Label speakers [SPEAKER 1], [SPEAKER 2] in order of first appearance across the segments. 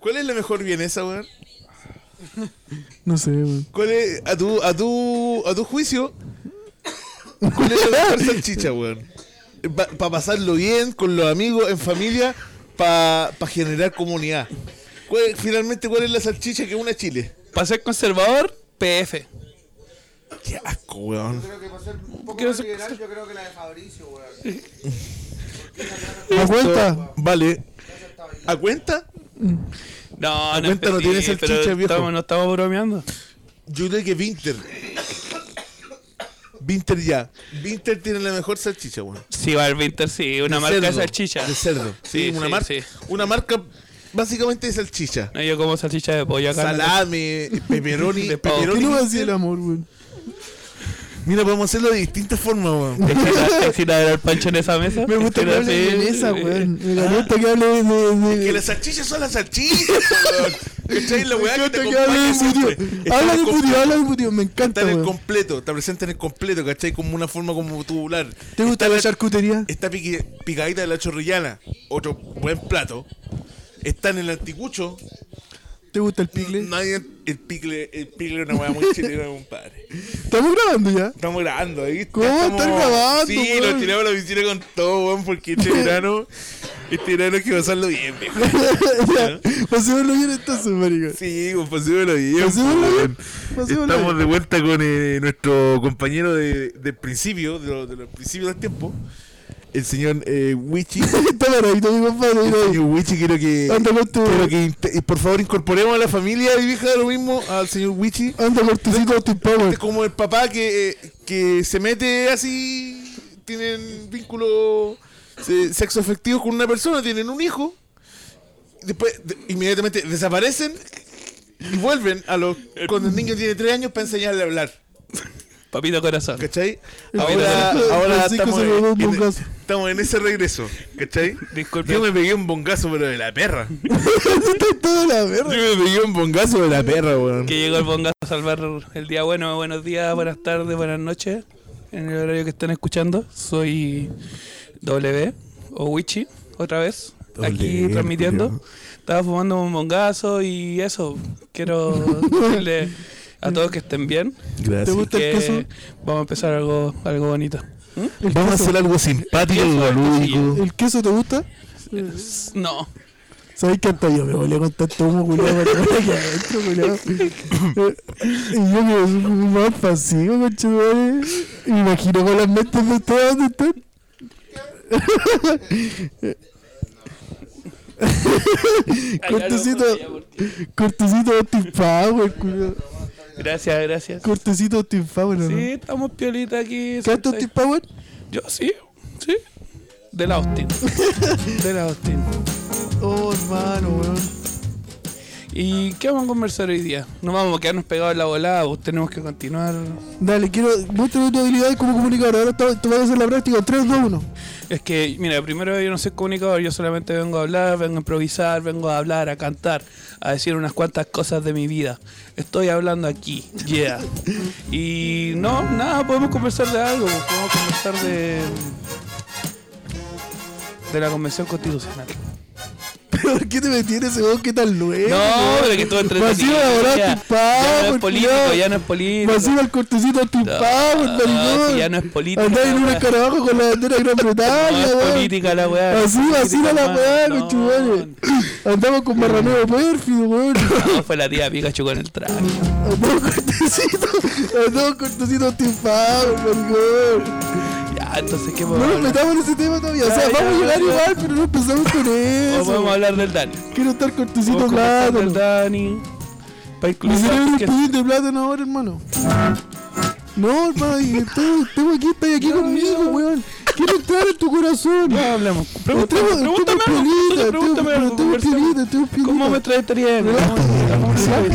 [SPEAKER 1] ¿Cuál es la mejor vienesa, weón?
[SPEAKER 2] No sé, weón.
[SPEAKER 1] ¿Cuál es, a tu, a tu, a tu juicio, cuál es la mejor salchicha, weón? Para pasarlo bien, con los amigos, en familia, para generar comunidad. ¿Cuál- finalmente, ¿cuál es la salchicha que une a Chile?
[SPEAKER 3] Para ser conservador, PF.
[SPEAKER 1] Qué asco, weón.
[SPEAKER 4] Creo que para ser un poco
[SPEAKER 3] Quiero
[SPEAKER 4] más
[SPEAKER 3] ser-
[SPEAKER 4] liberal, yo creo que la de Fabricio, weón.
[SPEAKER 2] ¿La cuenta?
[SPEAKER 1] Vale. ¿A cuenta?
[SPEAKER 3] No, no.
[SPEAKER 1] cuenta no tiene
[SPEAKER 3] sí,
[SPEAKER 1] salchicha,
[SPEAKER 3] pero
[SPEAKER 1] viejo.
[SPEAKER 3] estamos- no estamos bromeando.
[SPEAKER 1] Yo creo que Vinter. Vinter ya. Vinter tiene la mejor salchicha, weón.
[SPEAKER 3] Sí, Barwinter, sí. Una
[SPEAKER 1] De
[SPEAKER 3] marca de
[SPEAKER 1] cerdo,
[SPEAKER 3] salchicha.
[SPEAKER 1] De cerdo. Sí,
[SPEAKER 3] Sí,
[SPEAKER 1] una,
[SPEAKER 3] sí,
[SPEAKER 1] marca
[SPEAKER 3] sí.
[SPEAKER 1] una marca básicamente de salchicha.
[SPEAKER 3] No, yo como salchicha de pollo acá.
[SPEAKER 1] Salame, pepperoni.
[SPEAKER 3] De pavo.
[SPEAKER 2] ¿Qué
[SPEAKER 1] pepperoni
[SPEAKER 2] no va a decir
[SPEAKER 1] Winter.
[SPEAKER 2] el amor, weón?
[SPEAKER 1] Mira, podemos hacerlo de distintas formas, weón.
[SPEAKER 3] Te excita- te excita ver al pancho en esa mesa.
[SPEAKER 2] Me gusta
[SPEAKER 3] Te
[SPEAKER 2] que
[SPEAKER 3] excita
[SPEAKER 2] hable de
[SPEAKER 3] así.
[SPEAKER 2] vienesa, weón. Me encanta que hable de- de...
[SPEAKER 1] Que
[SPEAKER 2] de-
[SPEAKER 1] las salchichas son las salchichas, weón. ¿Cachai? La weá que te
[SPEAKER 2] Me encanta que hable
[SPEAKER 1] acompaña
[SPEAKER 2] de
[SPEAKER 1] siempre.
[SPEAKER 2] putio.
[SPEAKER 1] Está en
[SPEAKER 2] Habla de
[SPEAKER 1] el com-
[SPEAKER 2] putio, habla de putio. Me
[SPEAKER 1] Está
[SPEAKER 2] encanta,
[SPEAKER 1] en el
[SPEAKER 2] weón.
[SPEAKER 1] completo, está presente en el completo, ¿cachai? Como una forma como tubular.
[SPEAKER 2] ¿Te gusta
[SPEAKER 1] Está
[SPEAKER 2] la charcutería?
[SPEAKER 1] Está piqui- picadita de la chorrillana, otro buen plato. Está en el anticucho.
[SPEAKER 2] ¿Te gusta el picle?
[SPEAKER 1] Nadie, el picle, el picle es una weá muy chilena, compadre.
[SPEAKER 2] Estamos grabando ya.
[SPEAKER 1] Estamos grabando, ahí está,
[SPEAKER 2] ¿Cómo
[SPEAKER 1] estamos-
[SPEAKER 2] están grabando,
[SPEAKER 1] Sí,
[SPEAKER 2] weón?
[SPEAKER 1] nos tiramos a la piscina con todo, weón, porque este verano, este verano hay que pasarlo bien, viejo.
[SPEAKER 2] Ya, Pasémoslo bien entonces, marica.
[SPEAKER 1] Sí, weón, pasémoslo bien. pues,
[SPEAKER 2] Pasémoslo
[SPEAKER 1] weón.
[SPEAKER 2] bien. Pasémoslo
[SPEAKER 1] Estamos
[SPEAKER 2] bien.
[SPEAKER 1] de vuelta con eh, nuestro compañero de, del principio, de, lo- de los principios del tiempo, el señor eh, Wichi.
[SPEAKER 2] Está paradito, mi compadre.
[SPEAKER 1] El
[SPEAKER 2] mira ahí.
[SPEAKER 1] señor Wichi, quiero que.
[SPEAKER 2] Anda con tu.
[SPEAKER 1] quiero que inte- y por favor, incorporemos a la familia y vieja lo mismo al señor Wichi.
[SPEAKER 2] Anda cortecito de tu
[SPEAKER 1] Es
[SPEAKER 2] power.
[SPEAKER 1] como el papá que, eh, que se mete así, tienen vínculo se- sexo efectivo con una persona, tienen un hijo, después de- inmediatamente desaparecen y vuelven a los. Cuando el niño tiene tres años para enseñarle a hablar.
[SPEAKER 3] Papito corazón.
[SPEAKER 1] ¿Cachai?
[SPEAKER 2] El
[SPEAKER 1] Ahora,
[SPEAKER 2] Francisco-
[SPEAKER 1] ahora
[SPEAKER 2] Francisco
[SPEAKER 1] estamos,
[SPEAKER 2] se
[SPEAKER 1] en,
[SPEAKER 2] pegó un
[SPEAKER 1] en-
[SPEAKER 2] bongazo.
[SPEAKER 1] estamos en ese regreso, ¿cachai?
[SPEAKER 3] Disculpe.
[SPEAKER 1] Yo me pegué un bongazo, pero de la perra.
[SPEAKER 2] Está toda la
[SPEAKER 1] Yo
[SPEAKER 2] verga.
[SPEAKER 1] me pegué un bongazo de la perra, weón.
[SPEAKER 3] Que llegó el bongazo a salvar el día bueno. Buenos días, buenas tardes, buenas noches. En el horario que están escuchando, soy W o Wichi, otra vez, aquí
[SPEAKER 2] W,
[SPEAKER 3] transmitiendo.
[SPEAKER 2] culiao.
[SPEAKER 3] Estaba fumando un bongazo y eso. Quiero decirle a todos que estén bien.
[SPEAKER 2] ¿Te
[SPEAKER 1] Gracias.
[SPEAKER 2] gusta el queso?
[SPEAKER 3] Que vamos a empezar algo, algo bonito. ¿Mm?
[SPEAKER 2] El
[SPEAKER 1] Vamos a
[SPEAKER 2] queso.
[SPEAKER 1] hacer algo simpático
[SPEAKER 3] El
[SPEAKER 1] y
[SPEAKER 3] queso,
[SPEAKER 1] lúdico.
[SPEAKER 2] ¿El queso te gusta?
[SPEAKER 3] No,
[SPEAKER 2] ¿Sabes qué hasta yo me volé con tanto humo, culiado? Y yo que soy un más pasivo, conchetumare. Me imagino con las mentes de ustedes dónde están. cortecito, cortecito de Austin Power, culiao.
[SPEAKER 3] gracias, gracias.
[SPEAKER 2] Cortecito de Austin Power, ¿no?
[SPEAKER 3] Sí, estamos piolita aquí.
[SPEAKER 2] ¿Canto Austin Power?
[SPEAKER 3] Yo sí, sí. De la Austin. De la Austin.
[SPEAKER 2] Oh, hermano, weón.
[SPEAKER 3] ¿Y qué vamos a conversar hoy día? No vamos a quedarnos pegados en la volada, pues tenemos que continuar.
[SPEAKER 2] Dale, quiero. Vos tenés tu habilidad como comunicador. Ahora tú tú vas a hacer la práctica. 3, 2, 1.
[SPEAKER 3] Es que, mira, primero yo no soy comunicador, yo solamente vengo a hablar, vengo a improvisar, vengo a hablar, a cantar, a decir unas cuantas cosas de mi vida. Estoy hablando aquí, yeah. Y no, nada, podemos conversar de algo, pues, podemos conversar de. de la Convención Constitucional.
[SPEAKER 2] Pero ¿por qué te metí en ese juego que tan luego?
[SPEAKER 3] No, pero que estuvo entretenido.
[SPEAKER 2] Masivo laboral
[SPEAKER 3] ya, ya no es político, ya no es político.
[SPEAKER 2] Masivo Pues el cortecito a tu
[SPEAKER 3] No,
[SPEAKER 2] power,
[SPEAKER 3] Pues no,
[SPEAKER 2] maricón.
[SPEAKER 3] si ya no es política,
[SPEAKER 2] Andá en
[SPEAKER 3] la
[SPEAKER 2] un
[SPEAKER 3] weá.
[SPEAKER 2] escarabajo con la bandera de Gran
[SPEAKER 3] No
[SPEAKER 2] Bretaña,
[SPEAKER 3] es
[SPEAKER 2] weón.
[SPEAKER 3] política la weá.
[SPEAKER 2] Así,
[SPEAKER 3] no es
[SPEAKER 2] así
[SPEAKER 3] política,
[SPEAKER 2] era la
[SPEAKER 3] hermano,
[SPEAKER 2] weá,
[SPEAKER 3] no,
[SPEAKER 2] conchetumare. Andamos con marraneo pérfido, weón.
[SPEAKER 3] No, fue la tía Pikachu con el traje.
[SPEAKER 2] Andamos cortecito, andamos cortecito a tu power, maricón.
[SPEAKER 3] Ya, entonces, ¿qué
[SPEAKER 2] No
[SPEAKER 3] podemos
[SPEAKER 2] nos
[SPEAKER 3] hablar?
[SPEAKER 2] metamos en ese tema todavía. O sea,
[SPEAKER 3] Ya, ya,
[SPEAKER 2] vamos a llegar
[SPEAKER 3] ya.
[SPEAKER 2] igual, pero no empezamos con
[SPEAKER 3] O podemos
[SPEAKER 2] eso.
[SPEAKER 3] hablar del Dani.
[SPEAKER 2] Quiero estar
[SPEAKER 3] Podemos
[SPEAKER 2] cortecito
[SPEAKER 3] conversar del
[SPEAKER 2] plátano.
[SPEAKER 3] Dani. Para
[SPEAKER 2] Mi
[SPEAKER 3] incluir
[SPEAKER 2] cerebro es
[SPEAKER 3] que-
[SPEAKER 2] un puñito de plátano ahora, hermano. No, hermano, y estoy, estoy aquí, estoy aquí conmigo, weón. Quiero entrar en tu corazón.
[SPEAKER 3] Ya hablamos. Pregúntame,
[SPEAKER 2] Entremos- entremos
[SPEAKER 3] pregúntame algo.
[SPEAKER 2] piolita, entremos-
[SPEAKER 3] entonces Pregúntame algo.
[SPEAKER 2] entremos
[SPEAKER 3] conversemos.
[SPEAKER 2] piolita, entremos piolita.
[SPEAKER 3] ¿Cómo me traes estaría bien?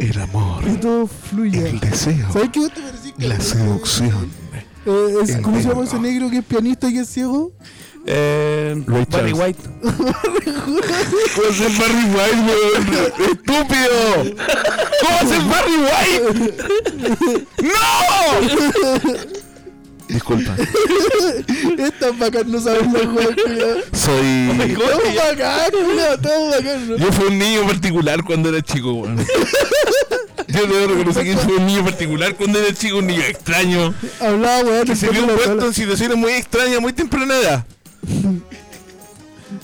[SPEAKER 5] El amor,
[SPEAKER 2] Que todo fluya.
[SPEAKER 5] el deseo,
[SPEAKER 2] ¿Sabes qué vos te parecís que-
[SPEAKER 5] la seducción.
[SPEAKER 2] Eh, es- ¿Cómo se llama
[SPEAKER 5] negro.
[SPEAKER 2] ese negro que es pianista y que es ciego?
[SPEAKER 3] Eh, Barry
[SPEAKER 5] Charles.
[SPEAKER 3] White.
[SPEAKER 1] ¿Cómo hacer Pues Barry White, weón? ¡Estúpido! ¿Cómo hacer Barry White? ¡No! Disculpa.
[SPEAKER 2] Es tan bacán no saber la weá, culiao.
[SPEAKER 1] Soy.
[SPEAKER 2] Todo bacán, culiao, todo bacán. ¿no?
[SPEAKER 1] Yo fui un niño particular cuando era chico, weón. Yo debo reconocer que fui un niño particular cuando era chico, un niño extraño.
[SPEAKER 2] Hablaba weá,
[SPEAKER 1] Que se vio
[SPEAKER 2] respondiendo a la
[SPEAKER 1] puesto
[SPEAKER 2] palabra.
[SPEAKER 1] en situaciones muy extrañas, muy temprana edad.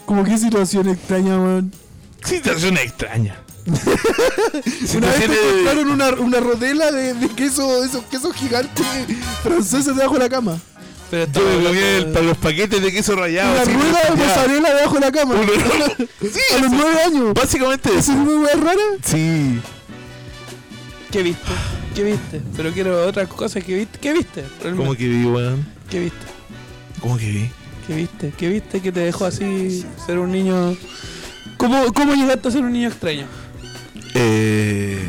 [SPEAKER 2] Como qué situación extraña, weón.
[SPEAKER 1] Situaciones extrañas.
[SPEAKER 2] Una vez
[SPEAKER 1] Situaciones.
[SPEAKER 2] te encontraron una, una rodela de, de queso, esos quesos gigantes franceses debajo de la cama.
[SPEAKER 3] Pero
[SPEAKER 1] Yo
[SPEAKER 3] estaba
[SPEAKER 1] me comí
[SPEAKER 3] hablando
[SPEAKER 1] el-
[SPEAKER 3] de-
[SPEAKER 1] para los paquetes de queso rallado.
[SPEAKER 2] Una
[SPEAKER 1] así,
[SPEAKER 2] rueda de
[SPEAKER 1] Ah, ya.
[SPEAKER 2] mozzarella debajo de la cama.
[SPEAKER 1] Uno- Sí,
[SPEAKER 2] A los
[SPEAKER 1] eso.
[SPEAKER 2] nueve años.
[SPEAKER 1] Básicamente
[SPEAKER 2] ¿Eso es
[SPEAKER 1] eso.
[SPEAKER 2] una weá rara?
[SPEAKER 1] Sí.
[SPEAKER 3] ¿Qué viste? ¿Qué viste? Pero quiero otras cosas que viste. ¿Qué viste?
[SPEAKER 1] ¿Cómo
[SPEAKER 3] Realmente,
[SPEAKER 1] que vi, weón?
[SPEAKER 3] ¿Qué viste?
[SPEAKER 1] ¿Cómo que vi?
[SPEAKER 3] ¿Qué viste? ¿Qué viste que te dejó así ser un niño? ¿Cómo, cómo llegaste a ser un niño extraño?
[SPEAKER 1] Eh,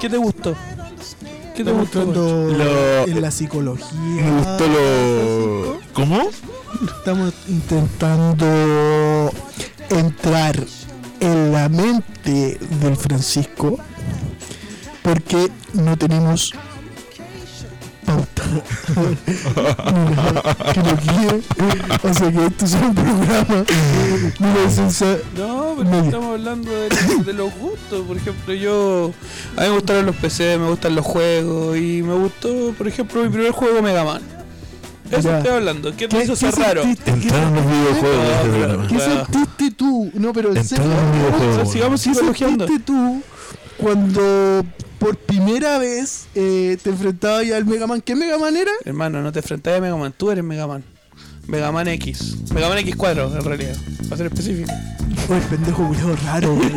[SPEAKER 3] ¿Qué te gustó? ¿Qué te
[SPEAKER 2] Estamos
[SPEAKER 3] gustó? Pancho?
[SPEAKER 2] entrando
[SPEAKER 1] Lo-
[SPEAKER 2] en la psicología.
[SPEAKER 1] me gustó lo. ¿Cómo?
[SPEAKER 2] Estamos intentando entrar en la mente del Francisco porque no tenemos pauta que nos guíe. O sea que esto es un programa de la ciencia.
[SPEAKER 3] No, pero
[SPEAKER 2] Medio.
[SPEAKER 3] estamos hablando de, los- de los gustos. Por ejemplo, yo. A mí me gustaron los PC, me gustan los juegos. Y me gustó, por ejemplo, mi primer juego Mega Man. Eso
[SPEAKER 2] Ya.
[SPEAKER 3] estoy hablando. ¿Qué te hizo ser raro?
[SPEAKER 2] sentiste? Ah,
[SPEAKER 1] Entraron los videojuegos de este
[SPEAKER 3] No,
[SPEAKER 1] programa.
[SPEAKER 2] ¿Qué sentiste tú? No, pero en serio.
[SPEAKER 1] Entraron los
[SPEAKER 3] O sea,
[SPEAKER 1] videojuegos. weón.
[SPEAKER 3] sigamos
[SPEAKER 2] ¿Qué
[SPEAKER 3] psicologiando.
[SPEAKER 2] sentiste tú cuando por primera vez eh, te enfrentabas ya al Mega Man? ¿Qué Mega Man era?
[SPEAKER 3] Hermano, no te enfrentas a Mega Man, tú eres Mega Man. Mega Man X. Mega Man X4, en realidad. Para ser específico.
[SPEAKER 2] Oh, el pendejo culiado raro, güey.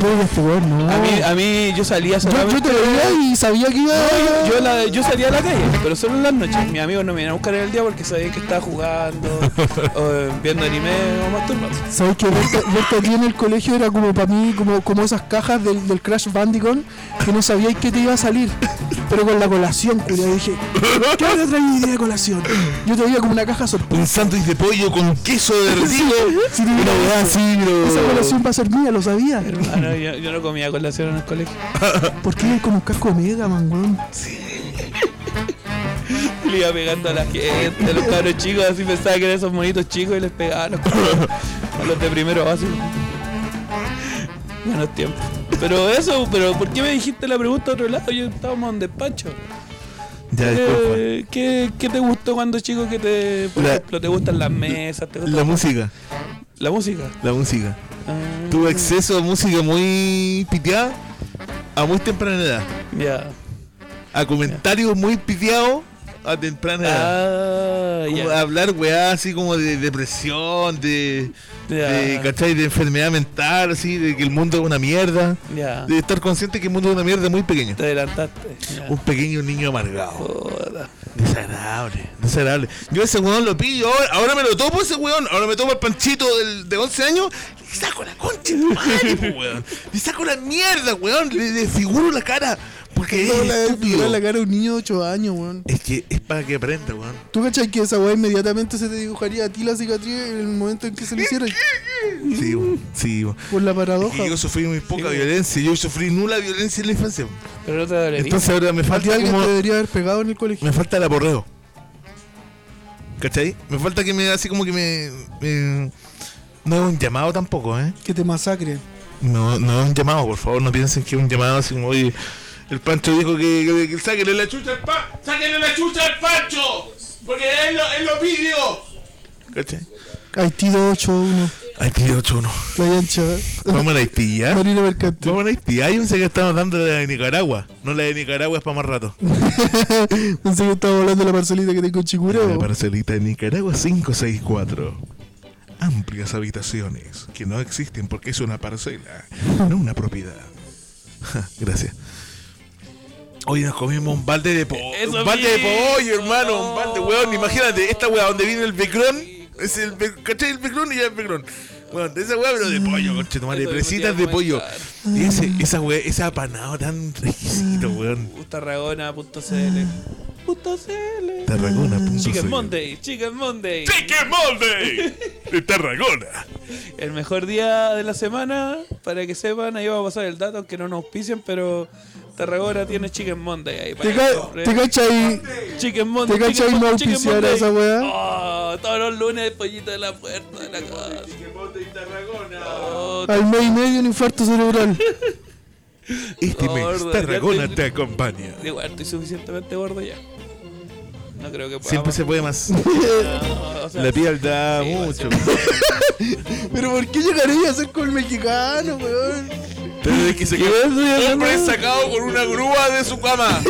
[SPEAKER 2] No digas que vos no.
[SPEAKER 3] A mí, a mí yo salía
[SPEAKER 2] yo,
[SPEAKER 3] solamente.
[SPEAKER 2] yo te lo veía y sabía que iba
[SPEAKER 3] No, yo, yo la- yo salía a la calle, pero solo en las noches. Mis amigos no me iban a buscar en el día porque sabían que estaba jugando, o, eh, viendo anime o masturbando.
[SPEAKER 2] Sabes que verte, verte aquí en el colegio era como para mí, como, como esas cajas del, del Crash Bandicoot que no sabíais que te iba a salir. Pero con la colación, culiado, dije, ¿qué me traer idea de colación? Yo te veía como una caja sorpresa.
[SPEAKER 1] Un sándwich de pollo con queso derretido.
[SPEAKER 2] Sí,
[SPEAKER 1] Una weá así,
[SPEAKER 2] Esa
[SPEAKER 1] bro.
[SPEAKER 2] colación va a ser mía, lo sabía.
[SPEAKER 3] Ah, no, yo, yo no comía colación en el colegio.
[SPEAKER 2] ¿Por qué ir con un casco Mega Man, weón?
[SPEAKER 3] Le iba pegando a la gente, a los cabros chicos, así pensaba que eran esos monitos chicos y les pegaba a los, a los de primero básico. Buenos tiempos. Pero eso, pero ¿por qué me dijiste la pregunta a otro lado? Yo estábamos en despacho.
[SPEAKER 1] Ya, disculpa.
[SPEAKER 3] Eh, ¿Qué, qué te gustó cuando chico que te, por
[SPEAKER 1] La-
[SPEAKER 3] ejemplo, te gustan las mesas, te gusta
[SPEAKER 1] La
[SPEAKER 3] la,
[SPEAKER 1] música.
[SPEAKER 3] música?
[SPEAKER 1] La música.
[SPEAKER 3] Ah,
[SPEAKER 1] Tuve acceso a música muy piteada a muy temprana edad.
[SPEAKER 3] ya.
[SPEAKER 1] A comentarios muy piteados a temprana edad.
[SPEAKER 3] Ah,
[SPEAKER 1] Como
[SPEAKER 3] ya.
[SPEAKER 1] hablar weá así como de depresión, de,
[SPEAKER 3] Ya.
[SPEAKER 1] de, ¿cachai? de enfermedad mental, así, de que el mundo es una mierda.
[SPEAKER 3] Ya.
[SPEAKER 1] Ah. De estar consciente que el mundo es una mierda muy pequeño.
[SPEAKER 3] Te adelantaste. ya.
[SPEAKER 1] Un
[SPEAKER 2] Uh.
[SPEAKER 1] pequeño niño amargado.
[SPEAKER 3] Joda.
[SPEAKER 1] Desagradable, desagradable. Yo a ese weón lo pillo ahora, ahora me lo topo a ese weón, ahora me topo al panchito del, de 11 años, le saco la concha de tu madre, po, weón. Le saco la mierda, weón, le desfiguro la cara. Porque es
[SPEAKER 2] No, la
[SPEAKER 1] estúpido.
[SPEAKER 2] la cara de un niño de 8 años, weón.
[SPEAKER 1] Es que es para que aprenda, weón.
[SPEAKER 2] ¿Tú cachai que esa weá inmediatamente se te dibujaría a ti la cicatriz en el momento en que se lo hiciera?
[SPEAKER 1] Sí, weón, sí, weón.
[SPEAKER 2] Por la
[SPEAKER 1] Es
[SPEAKER 2] paradoja.
[SPEAKER 1] que yo sufrí muy poca violencia, yo sufrí nula violencia en la infancia. weón.
[SPEAKER 3] Pero no te dolería.
[SPEAKER 1] Entonces ahora me
[SPEAKER 2] A ti
[SPEAKER 1] falta
[SPEAKER 2] alguien
[SPEAKER 1] como-
[SPEAKER 2] te debería haber pegado en el colegio.
[SPEAKER 1] Me falta el aporreo. ¿Cachai? Me falta que me, así como que me. me- no es un llamado tampoco, ¿eh?
[SPEAKER 2] Que te masacre.
[SPEAKER 1] No, no es un llamado, por favor, no piensen que es un llamado así como, oye, el Pancho dijo que, que- que sáquenle la chucha al Pancho, sáquenle la chucha al Pancho, porque él lo, él lo pidió. ¿Cachai?
[SPEAKER 2] Haití 281,
[SPEAKER 1] Haití 8-1.
[SPEAKER 2] la ancha.
[SPEAKER 1] Vamos a Haití, ¿ya?
[SPEAKER 2] Marina Mercante.
[SPEAKER 1] Vamos a Haití. Hay un que estamos dando la de Nicaragua. No la de Nicaragua es para más rato.
[SPEAKER 2] Pensé que estaba hablando de la parcelita que tengo en Chicureo.
[SPEAKER 1] La parcelita de Nicaragua 564. Amplias habitaciones que no existen porque es una parcela, no una propiedad. Ja, Gracias. Hoy nos comimos un balde de pollo.
[SPEAKER 3] Eso
[SPEAKER 1] Un balde de
[SPEAKER 3] mismo.
[SPEAKER 1] pollo, hermano. Un balde, weón. Imagínate, esta weá donde viene el becrón. Es el be- ¿Cachai? El becrón y ya el becrón. Bueno, de esa weá, pero de pollo, coche, tomar
[SPEAKER 3] Mm. Eso mismo
[SPEAKER 1] presitas
[SPEAKER 3] te iba
[SPEAKER 1] de
[SPEAKER 3] a
[SPEAKER 1] pollo.
[SPEAKER 3] comentar.
[SPEAKER 1] Y ese, esa weá, ese apanado tan exquisito, weón.
[SPEAKER 3] Tarragona.cl. Punto .cl.
[SPEAKER 1] Tarragona. punto
[SPEAKER 3] Chicken
[SPEAKER 1] cl.
[SPEAKER 3] Monday, Chicken Monday.
[SPEAKER 1] Chicken Monday de Tarragona.
[SPEAKER 3] El mejor día de la semana, para que sepan, ahí vamos a pasar el dato, aunque no nos auspicien, pero Tarragona tiene Chicken Monday ahí. para
[SPEAKER 2] ¿Te,
[SPEAKER 3] que
[SPEAKER 2] ca
[SPEAKER 3] compre.
[SPEAKER 2] te cachai?
[SPEAKER 3] Chicken Monday.
[SPEAKER 2] ¿Te cachai
[SPEAKER 3] Chicken
[SPEAKER 2] no
[SPEAKER 3] Mon- Chicken
[SPEAKER 2] auspiciar
[SPEAKER 3] Monday.
[SPEAKER 2] esa weá?
[SPEAKER 3] Oh, todos los lunes el pollito de la puerta de la casa. Oh,
[SPEAKER 2] Al mes y medio un infarto cerebral.
[SPEAKER 1] Este mes,
[SPEAKER 3] Gordo, ya
[SPEAKER 1] Tarragona
[SPEAKER 3] te-
[SPEAKER 1] te acompaña.
[SPEAKER 3] Igual estoy suficientemente gordo ya. No creo que pueda.
[SPEAKER 1] Siempre se puede más. La piel da mucho.
[SPEAKER 2] Pero ¿por qué llegaría a ser con el mexicano, weón?
[SPEAKER 1] Desde que se quedó.
[SPEAKER 6] Hombre es sacado con una grúa de su cama.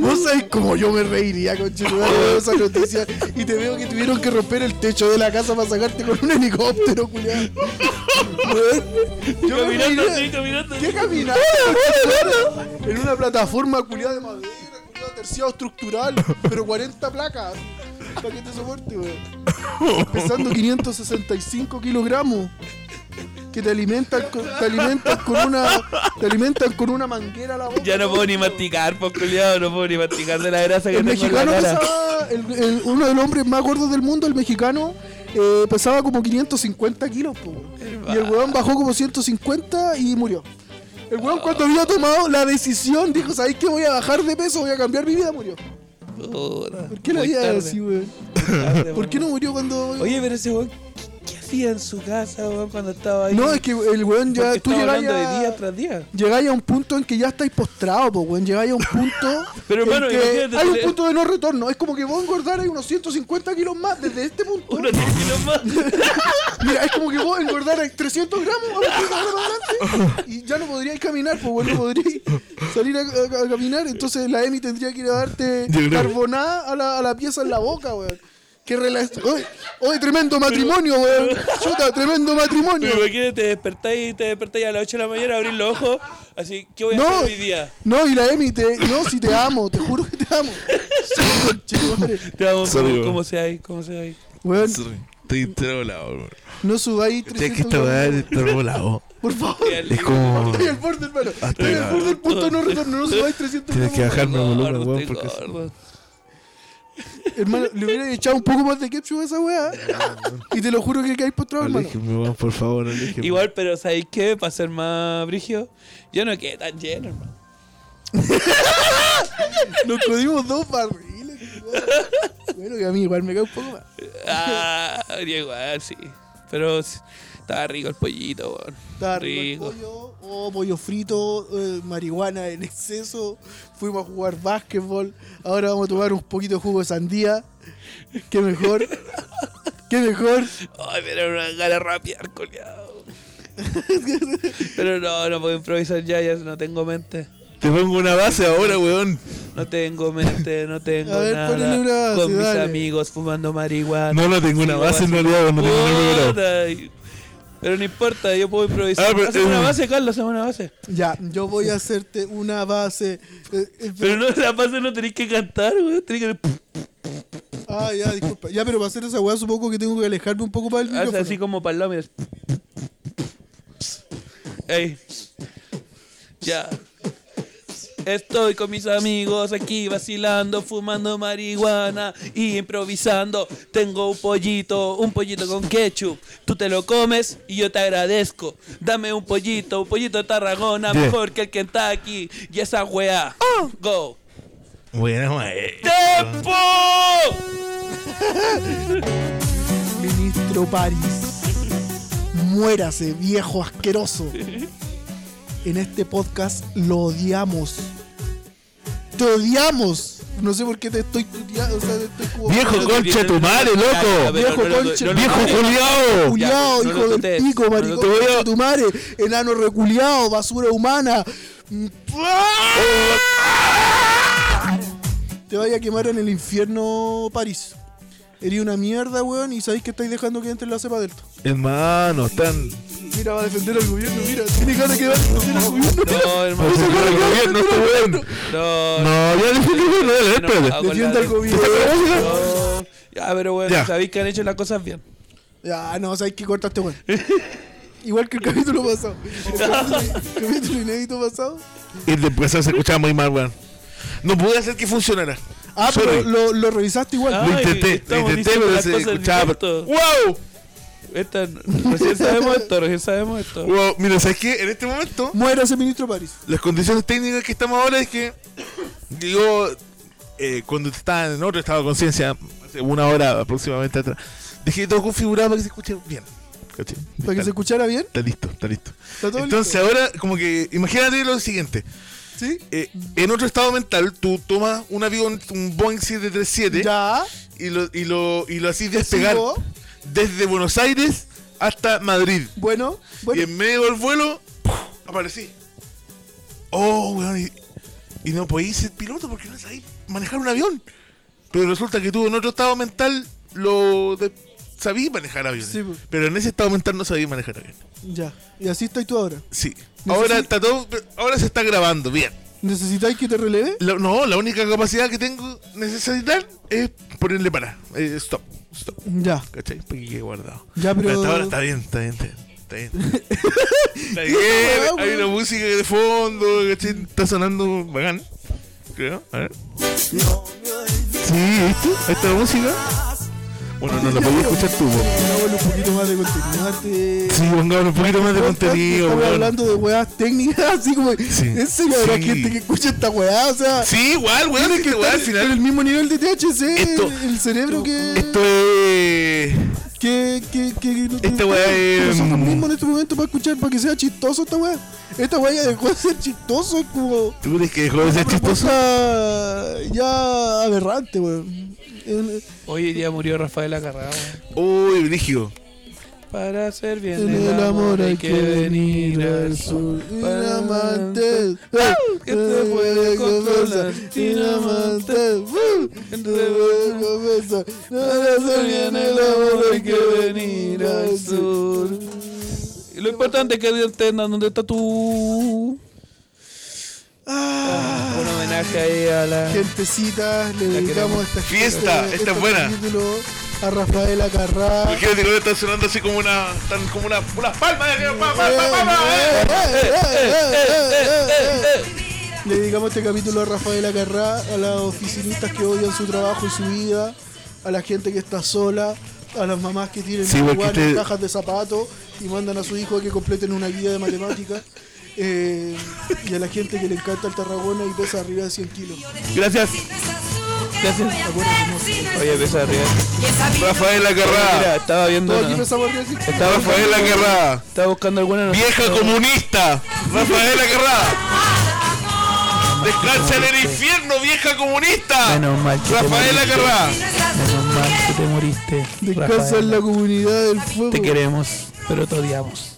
[SPEAKER 2] Vos sabés cómo yo me reiría, conchetumare, veo esa noticia y te veo que tuvieron que romper el techo de la casa para sacarte con un helicóptero, culiado. Yo me
[SPEAKER 3] Caminando
[SPEAKER 2] reiría.
[SPEAKER 3] así, caminando así.
[SPEAKER 2] ¿Qué caminaba? En una plataforma culiada de madera, culiado terciado estructural, pero 40 placas. Para que te soporte, weón. Pesando 565 kilogramos. Que te alimentan con, te alimentan con una. Te alimentan con una manguera a la boca.
[SPEAKER 3] Ya no puedo ni masticar, por culiado, no puedo ni masticar de la grasa que
[SPEAKER 2] El
[SPEAKER 3] tengo en la
[SPEAKER 2] mexicano
[SPEAKER 3] cara.
[SPEAKER 2] pesaba, el- el- uno de los hombres más gordos del mundo, el mexicano, eh, pesaba como 550 kilos. po. y el weón bajó como 150 y murió. El weón cuando había tomado la decisión, dijo, ¿sabéis qué? Voy a bajar de peso, voy a cambiar mi vida, murió.
[SPEAKER 3] Puta,
[SPEAKER 2] ¿Por qué la
[SPEAKER 3] muy
[SPEAKER 2] vida
[SPEAKER 3] tarde,
[SPEAKER 2] es así, weón?
[SPEAKER 3] tarde,
[SPEAKER 2] ¿Por qué no
[SPEAKER 3] weón.
[SPEAKER 2] murió cuando...
[SPEAKER 3] Oye, pero ese weón, ¿qué, qué hacía en su casa, weón, cuando estaba ahí?
[SPEAKER 2] no, es que el weón ya...
[SPEAKER 3] Porque
[SPEAKER 2] Tú
[SPEAKER 3] estaba
[SPEAKER 2] llegáis
[SPEAKER 3] hablando de día
[SPEAKER 2] a,
[SPEAKER 3] tras día.
[SPEAKER 2] llegáis a un punto en que ya estáis postrado, po, weón. Llegáis a un punto...
[SPEAKER 3] Pero,
[SPEAKER 2] en
[SPEAKER 3] hermano,
[SPEAKER 2] que
[SPEAKER 3] imagínate,
[SPEAKER 2] hay un
[SPEAKER 3] tener-
[SPEAKER 2] punto de no retorno. Es como que vos engordaras unos 150 kilos más desde este punto.
[SPEAKER 3] Uno tiene kilos más.
[SPEAKER 2] Mira, es como que vos engordaras 300 gramos a partir de ahora para adelante, y ya no podríais caminar, pues bueno, podríais salir a, a- a caminar. Entonces la Emi tendría que ir a darte
[SPEAKER 1] Yo creo-
[SPEAKER 2] carbonada a la, a la pieza en la boca, weón. Qué rela... Hoy, tremendo matrimonio, weón. Chuta, tremendo matrimonio.
[SPEAKER 3] Pero imagínate, te despertáis, te despertáis a las 8 de la mañana, abrís los ojos, así, ¿qué voy a
[SPEAKER 2] No,
[SPEAKER 3] hacer hoy día?
[SPEAKER 2] no, y la Emi, te... no, si te amo, te juro que te amo. Conchetumare.
[SPEAKER 3] Te vamos,
[SPEAKER 1] Sorry,
[SPEAKER 3] ¿cómo,
[SPEAKER 1] weón.
[SPEAKER 3] cómo sea ahí? ¿Cómo sea ahí?
[SPEAKER 2] Weón,
[SPEAKER 1] Estoy trolado, bro.
[SPEAKER 2] no subáis
[SPEAKER 1] Ya que
[SPEAKER 2] 300
[SPEAKER 1] esta weá
[SPEAKER 2] gramos.
[SPEAKER 1] es trolado.
[SPEAKER 2] Por favor.
[SPEAKER 1] Es como.
[SPEAKER 2] Estoy al borde, hermano. Estoy al
[SPEAKER 1] la-
[SPEAKER 2] borde del punto de no retorno. No subáis 300
[SPEAKER 1] Tienes
[SPEAKER 2] gramos.
[SPEAKER 1] que bajarme el volumen,
[SPEAKER 3] Gordo,
[SPEAKER 1] weón,
[SPEAKER 3] estoy
[SPEAKER 1] porque.
[SPEAKER 3] gordo.
[SPEAKER 2] Hermano, le hubiera echado un poco más de ketchup a esa weá. Y te lo juro que caes por otro hermano.
[SPEAKER 1] Aléjenme, weón, por favor, aléjenme.
[SPEAKER 3] Igual, pero ¿sabéis qué? Para ser más brígido, yo no quedé tan lleno, hermano.
[SPEAKER 2] Nos comimos dos barriles. weón. Bueno, que a mí igual me cae un poco más.
[SPEAKER 3] Ah, habría igual, sí. Pero sí, estaba rico el pollito, weón.
[SPEAKER 2] Estaba rico el pollo, oh, pollo frito, eh, marihuana en exceso. Fuimos a jugar básquetbol. Ahora vamos a tomar un poquito de jugo de sandía. Qué mejor. Qué mejor.
[SPEAKER 3] Ay, pero era una gana rapear, coleado. pero no, no puedo improvisar ya, ya no tengo mente.
[SPEAKER 1] Te pongo una base ahora, weón.
[SPEAKER 3] No tengo mente, no tengo
[SPEAKER 2] A ver,
[SPEAKER 3] nada.
[SPEAKER 2] ponele una
[SPEAKER 3] Con
[SPEAKER 2] base,
[SPEAKER 3] mis
[SPEAKER 2] dale.
[SPEAKER 3] amigos fumando marihuana.
[SPEAKER 1] No, no tengo una
[SPEAKER 3] Sigo
[SPEAKER 1] base en
[SPEAKER 3] así.
[SPEAKER 1] realidad, no tengo nada preparado.
[SPEAKER 3] Puta, y- Pero no importa, yo puedo improvisar.
[SPEAKER 1] Ah, pero,
[SPEAKER 3] Hazme una
[SPEAKER 1] eh,
[SPEAKER 3] base, Carlos, hazme una base.
[SPEAKER 2] Ya, yo voy a hacerte una base. eh, eh,
[SPEAKER 3] Pero no, la base no tenéis que cantar, weón. Tenéis que.
[SPEAKER 2] Ah, ya, disculpa. Ya, pero para hacer esa weá supongo que tengo que alejarme un poco para el
[SPEAKER 3] Haz
[SPEAKER 2] micrófono.
[SPEAKER 3] así como palomitas. Ey. Ya. Estoy con mis amigos aquí vacilando, fumando marihuana y improvisando. Tengo un pollito, un pollito con ketchup. Tú te lo comes y yo te agradezco. Dame un pollito, un pollito de Tarragona,
[SPEAKER 1] Yeah.
[SPEAKER 3] mejor que el Kentucky. Y esa weá.
[SPEAKER 1] Oh.
[SPEAKER 3] Go.
[SPEAKER 1] Bueno, maestro.
[SPEAKER 3] ¡Tempo!
[SPEAKER 2] Ministro París. Muérase, viejo asqueroso. En este podcast lo odiamos. Te odiamos. No sé por qué te estoy tuteando. O sea, te estoy como.
[SPEAKER 1] Viejo concha tu madre, loco.
[SPEAKER 2] Viejo concha,
[SPEAKER 1] Viejo culiao.
[SPEAKER 2] Culiao,
[SPEAKER 3] Ya, no lo
[SPEAKER 2] hijo del
[SPEAKER 3] tutees,
[SPEAKER 2] pico,
[SPEAKER 3] no lo
[SPEAKER 2] maricón,
[SPEAKER 3] tutees.
[SPEAKER 2] concha tu madre, enano reculiao, basura humana. Mm, Te vaya a quemar en el infierno, París. Eres una mierda, weón, y sabéis que estáis dejando que entre en la cepa delta.
[SPEAKER 1] Hermano, están.
[SPEAKER 2] Mira, va a defender al gobierno, mira, tiene ganas que va a defender al gobierno.
[SPEAKER 3] No, hermano.
[SPEAKER 1] No, este weón.
[SPEAKER 3] No, no.
[SPEAKER 1] No, ya dije que bueno, dale,
[SPEAKER 3] Estoy
[SPEAKER 1] espérate.
[SPEAKER 3] enojado.
[SPEAKER 2] Defienda al gobierno.
[SPEAKER 3] No. Ya, pero bueno,
[SPEAKER 1] Ya.
[SPEAKER 3] sabéis que han hecho las cosas bien.
[SPEAKER 2] Ya, no, sabéis que cortaste, este weón. Igual que el capítulo pasado. El capítulo, el capítulo inédito pasado.
[SPEAKER 1] Y después se escuchaba muy mal, weón. No pude hacer que funcionara.
[SPEAKER 2] Ah, pero
[SPEAKER 1] Sorry. Ah.
[SPEAKER 2] lo, lo revisaste igual.
[SPEAKER 1] Lo intenté, lo
[SPEAKER 3] estamos
[SPEAKER 1] intenté,
[SPEAKER 3] diciendo
[SPEAKER 1] pero
[SPEAKER 3] las
[SPEAKER 1] se
[SPEAKER 3] cosas en
[SPEAKER 1] escuchaba.
[SPEAKER 3] directo.
[SPEAKER 1] ¡Wow!
[SPEAKER 3] Esta, recién sabemos esto, recién sabemos esto.
[SPEAKER 1] Wow, mira, ¿sabes qué? En este momento,
[SPEAKER 2] Muera ese ministro París.
[SPEAKER 1] las condiciones técnicas que estamos ahora es que yo, eh, cuando estaba en otro estado de conciencia, hace una hora aproximadamente atrás, dejé todo configurado para que se escuche bien. ¿Cachai?
[SPEAKER 2] Para que
[SPEAKER 1] Está-
[SPEAKER 2] se escuchara bien.
[SPEAKER 7] Está listo, está listo.
[SPEAKER 2] Está todo
[SPEAKER 1] Entonces ahora, como que, imagínate lo siguiente.
[SPEAKER 2] ¿Sí?
[SPEAKER 1] Eh, en otro estado mental, tú tomas un avión, un Boeing 737,
[SPEAKER 2] Ya.
[SPEAKER 1] y lo, y lo, y lo hacís despegar
[SPEAKER 2] Sigo.
[SPEAKER 1] desde Buenos Aires hasta Madrid.
[SPEAKER 2] Bueno,
[SPEAKER 1] Y
[SPEAKER 2] bueno.
[SPEAKER 1] en medio del vuelo, ¡puf! aparecí. Oh, weón. Y, y no podéis ser piloto porque no sabéis manejar un avión. Pero resulta que tú en otro estado mental lo de- sabías manejar aviones.
[SPEAKER 2] Sí, pues. po.
[SPEAKER 1] pero en ese estado mental no sabías manejar aviones.
[SPEAKER 2] Ya. Y así estoy tú ahora.
[SPEAKER 1] Sí.
[SPEAKER 2] No sé
[SPEAKER 1] Ahora,
[SPEAKER 2] si-
[SPEAKER 1] está todo, ahora se está grabando, bien.
[SPEAKER 2] ¿Necesitáis que te releve?
[SPEAKER 1] La- no, la única capacidad que tengo necesitar es ponerle para. eh, stop, stop.
[SPEAKER 2] Ya.
[SPEAKER 1] ¿Cachai? Porque quede guardado.
[SPEAKER 2] Ya, pero-
[SPEAKER 1] hasta ahora está bien, está bien, está bien. Está bien. Está bien, hay una música de fondo, ¿cachai? Está sonando bacán. Creo, a ver. Sí, ¿viste? Ahí está la música. Bueno, no la podía escuchar tú, po.
[SPEAKER 2] Hagámosle un poquito más de contenido. antes-
[SPEAKER 1] Sí, pongamos un poquito más de
[SPEAKER 2] Podcast,
[SPEAKER 1] contenido,
[SPEAKER 2] Estamos
[SPEAKER 1] weón.
[SPEAKER 2] hablando de weas técnicas, así como. En serio, habrá
[SPEAKER 1] Sí.
[SPEAKER 2] gente que escucha esta weá, o sea.
[SPEAKER 1] Sí, igual, weón, es que weón, al
[SPEAKER 2] Tiene
[SPEAKER 1] final.
[SPEAKER 2] el mismo nivel de THC,
[SPEAKER 1] Esto-
[SPEAKER 2] el cerebro que.
[SPEAKER 1] Esto es.
[SPEAKER 2] que, que, que, que-
[SPEAKER 1] Esta Este weá
[SPEAKER 2] que
[SPEAKER 1] es-
[SPEAKER 2] Nosotros mismos en este momento para escuchar, para que sea chistoso esta weá. Esta weá ya dejó de ser chistoso, es como.
[SPEAKER 1] ¿Tú crees que dejó de ser chistoso?
[SPEAKER 2] Cosa ya aberrante, weón. En-
[SPEAKER 3] Hoy día murió Rafael Acarrao.
[SPEAKER 1] Uy, brígido.
[SPEAKER 3] Para hacer bien
[SPEAKER 2] En el amor hay que venir al sur. Dinamantes.
[SPEAKER 3] Ah,
[SPEAKER 2] Que te puede controlar. Dinamantes. uh, Que te puede conversar. No le hace bien el amor hay que venir al sur.
[SPEAKER 3] Y Lo importante es que Dios entienda dónde está tú. Ah, un homenaje ahí a la.
[SPEAKER 2] Gentecita, le dedicamos esta
[SPEAKER 1] Fiesta, esta
[SPEAKER 2] este-
[SPEAKER 1] es
[SPEAKER 2] este
[SPEAKER 1] buena.
[SPEAKER 2] capítulo A Rafael Acarrá.
[SPEAKER 1] Imagínate que está sonando así como una. Tan, como una. Una palma de palma,
[SPEAKER 2] Eh,
[SPEAKER 1] palma, palma,
[SPEAKER 2] eh,
[SPEAKER 1] eh.
[SPEAKER 2] eh, eh, eh, eh, eh.
[SPEAKER 3] Eh,
[SPEAKER 2] Le dedicamos este capítulo a Rafael Acarrá, a las oficinistas que odian su trabajo y su vida, a la gente que está sola, a las mamás que tienen
[SPEAKER 1] Sí, porque
[SPEAKER 2] igual en
[SPEAKER 1] este-
[SPEAKER 2] cajas de zapatos y mandan a su hijo a que completen una guía de matemáticas. eh, y a la gente que le encanta el Tarragona y pesa arriba de 100 kilos.
[SPEAKER 1] Gracias,
[SPEAKER 3] Oye, pesa arriba.
[SPEAKER 1] Rafael Acarrá.
[SPEAKER 3] Mira, estaba viendo.
[SPEAKER 2] Todos aquí
[SPEAKER 3] una-
[SPEAKER 2] pesamos arriba de 100 kilos.
[SPEAKER 3] Estaba
[SPEAKER 1] Rafael Acarrá.
[SPEAKER 3] Estaba buscando alguna noticia.
[SPEAKER 1] Vieja comunista. Rafael Acarrá. Descansa en el infierno, vieja comunista.
[SPEAKER 3] Menos mal que te
[SPEAKER 1] Rafael
[SPEAKER 3] moriste.
[SPEAKER 1] Acarrá.
[SPEAKER 3] Menos mal que te moriste.
[SPEAKER 2] Descansa en
[SPEAKER 3] Rafael.
[SPEAKER 2] la comunidad del fuego.
[SPEAKER 3] Te queremos, pero te odiamos.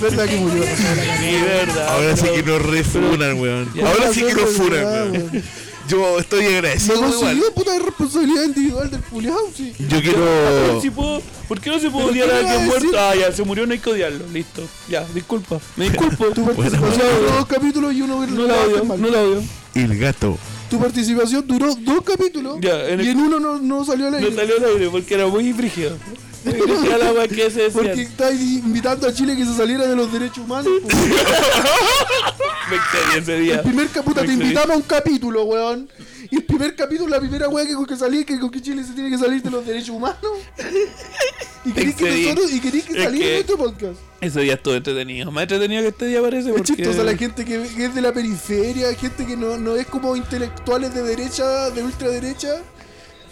[SPEAKER 2] ¿Verdad que murió?
[SPEAKER 1] Sí, verdad. Ahora
[SPEAKER 3] Ah,
[SPEAKER 1] sí que nos refunan, weón. Ahora sí que nos funan, weón. Yo estoy
[SPEAKER 2] Se
[SPEAKER 1] agradecido igual.
[SPEAKER 2] consiguió puta responsabilidad individual del culiao, sí.
[SPEAKER 1] Yo quiero.
[SPEAKER 3] Si puedo- ¿Por qué no se puede
[SPEAKER 2] Pero
[SPEAKER 3] odiar
[SPEAKER 2] ¿qué
[SPEAKER 3] a
[SPEAKER 2] iba a
[SPEAKER 3] alguien
[SPEAKER 2] decir?
[SPEAKER 3] muerto? Ah, ya, se murió, no hay que odiarlo. Listo. Ya, disculpa. Me disculpo.
[SPEAKER 2] Tu participación duró dos capítulos y uno
[SPEAKER 3] No la odio, no la odio.
[SPEAKER 7] El gato.
[SPEAKER 2] Tu participación duró dos capítulos
[SPEAKER 3] Ya, en el-
[SPEAKER 2] y en uno no, no salió al
[SPEAKER 3] No
[SPEAKER 2] aire.
[SPEAKER 3] salió al aire porque era muy frígido. Muy frígida la wea que se decía.
[SPEAKER 2] porque estáis invitando a Chile que se saliera de los derechos humanos. po.
[SPEAKER 3] Me excedí ese día.
[SPEAKER 2] El primer caputa te
[SPEAKER 3] Me excedí.
[SPEAKER 2] invitamos a un capítulo, weón. Y el primer capítulo, la primera weá que con que salí, que con que Chile se tiene que salir de los derechos humanos. Y querés que
[SPEAKER 3] excedí.
[SPEAKER 2] nosotros, y querés que
[SPEAKER 3] Es
[SPEAKER 2] salir
[SPEAKER 3] que-
[SPEAKER 2] de este podcast.
[SPEAKER 3] Ese día estuvo entretenido. Más entretenido que este día parece.
[SPEAKER 2] Es
[SPEAKER 3] Porque...
[SPEAKER 2] chistosa la gente que, que es de la periferia, gente que no, no es como intelectuales de derecha, de ultraderecha.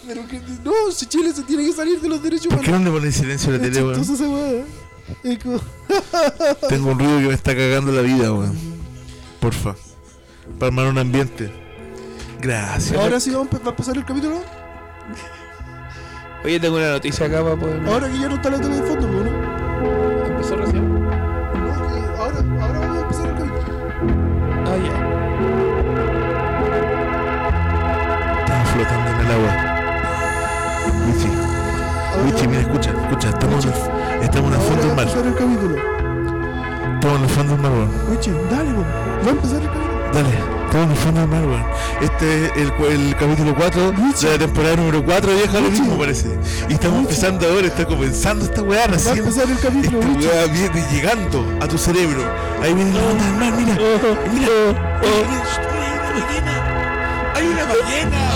[SPEAKER 2] Pero que no, si Chile se tiene que salir de los derechos
[SPEAKER 7] ¿Por qué
[SPEAKER 2] humanos.
[SPEAKER 7] no le ponen silencio a la
[SPEAKER 2] Es
[SPEAKER 7] tele,
[SPEAKER 2] chistosa
[SPEAKER 7] weón?
[SPEAKER 2] esa weá. Es como-
[SPEAKER 7] Tengo un ruido que me está cagando la vida, weón. Porfa. Para armar un ambiente. Gracias.
[SPEAKER 2] Ahora sí vamos a empe- va a empezar el capítulo.
[SPEAKER 3] Oye, tengo una noticia acá para poder.
[SPEAKER 2] Ahora que ya no está la tele de fondo, pues, ¿no?
[SPEAKER 3] Empezó recién.
[SPEAKER 2] No, que Ahora, ahora vamos a empezar el capítulo.
[SPEAKER 3] Ah, ya.
[SPEAKER 7] Estaba flotando en el agua. Michi,
[SPEAKER 2] Ahora,
[SPEAKER 7] Michi, mira, escucha, escucha. Estamos, en el- estamos en el
[SPEAKER 2] ahora
[SPEAKER 7] fondo
[SPEAKER 2] va a
[SPEAKER 7] del mar.
[SPEAKER 2] empezar el capítulo.
[SPEAKER 7] Estamos en el fondo del mar, weón.
[SPEAKER 2] Michi, dale, po. va a empezar el capítulo.
[SPEAKER 7] Dale, estamos en el fondo del mar, weón. Este es el, cu- el capítulo 4
[SPEAKER 2] Michi.
[SPEAKER 7] de la temporada número 4, vieja, lo
[SPEAKER 2] Michi.
[SPEAKER 7] mismo parece. Y estamos empezando ahora, está comenzando esta weá
[SPEAKER 2] Va a
[SPEAKER 7] recién.
[SPEAKER 2] empezar el capítulo,
[SPEAKER 7] Esta
[SPEAKER 2] Michi.
[SPEAKER 7] weá viene llegando a tu cerebro. Ahí viene la onda del mar, mira.
[SPEAKER 2] Oh.
[SPEAKER 7] Mira, mira, mira, hay una ballena.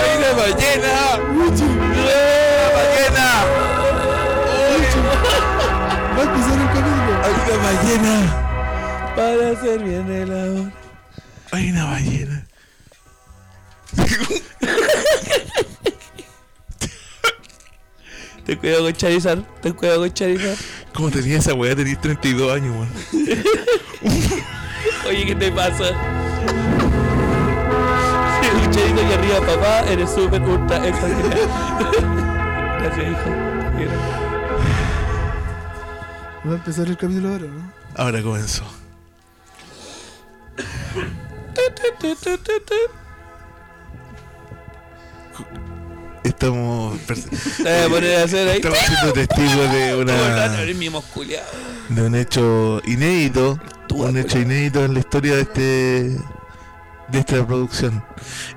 [SPEAKER 7] Hay una ballena. Hay
[SPEAKER 3] ¡Una ballena! ¡Una ballena!
[SPEAKER 2] Va a empezar el capítulo.
[SPEAKER 3] ¡Hay una ballena! Para hacer bien el amor.
[SPEAKER 1] Hay una ballena.
[SPEAKER 3] Ten cuidado con Charizard. Ten cuidado con Charizard.
[SPEAKER 1] ¿Cómo tenía esa weá? Tenías 32 años, weón.
[SPEAKER 3] Oye, ¿qué te pasa? El Charizard que arriba, papá, eres súper ultra extra genial. Gracias, hijo. Mira.
[SPEAKER 2] Va a empezar el capítulo ahora, ¿no?
[SPEAKER 1] Ahora comenzó.
[SPEAKER 3] Tu, tu, tu, tu, tu.
[SPEAKER 1] Estamos. per-
[SPEAKER 3] Te voy a poner a hacer ahí.
[SPEAKER 1] Estamos siendo testigos de
[SPEAKER 3] Hola,
[SPEAKER 1] una.
[SPEAKER 3] eres mi mosculeado.
[SPEAKER 1] de un hecho inédito.
[SPEAKER 3] Tú,
[SPEAKER 1] un
[SPEAKER 3] abuela.
[SPEAKER 1] hecho inédito en la historia de este. de esta producción.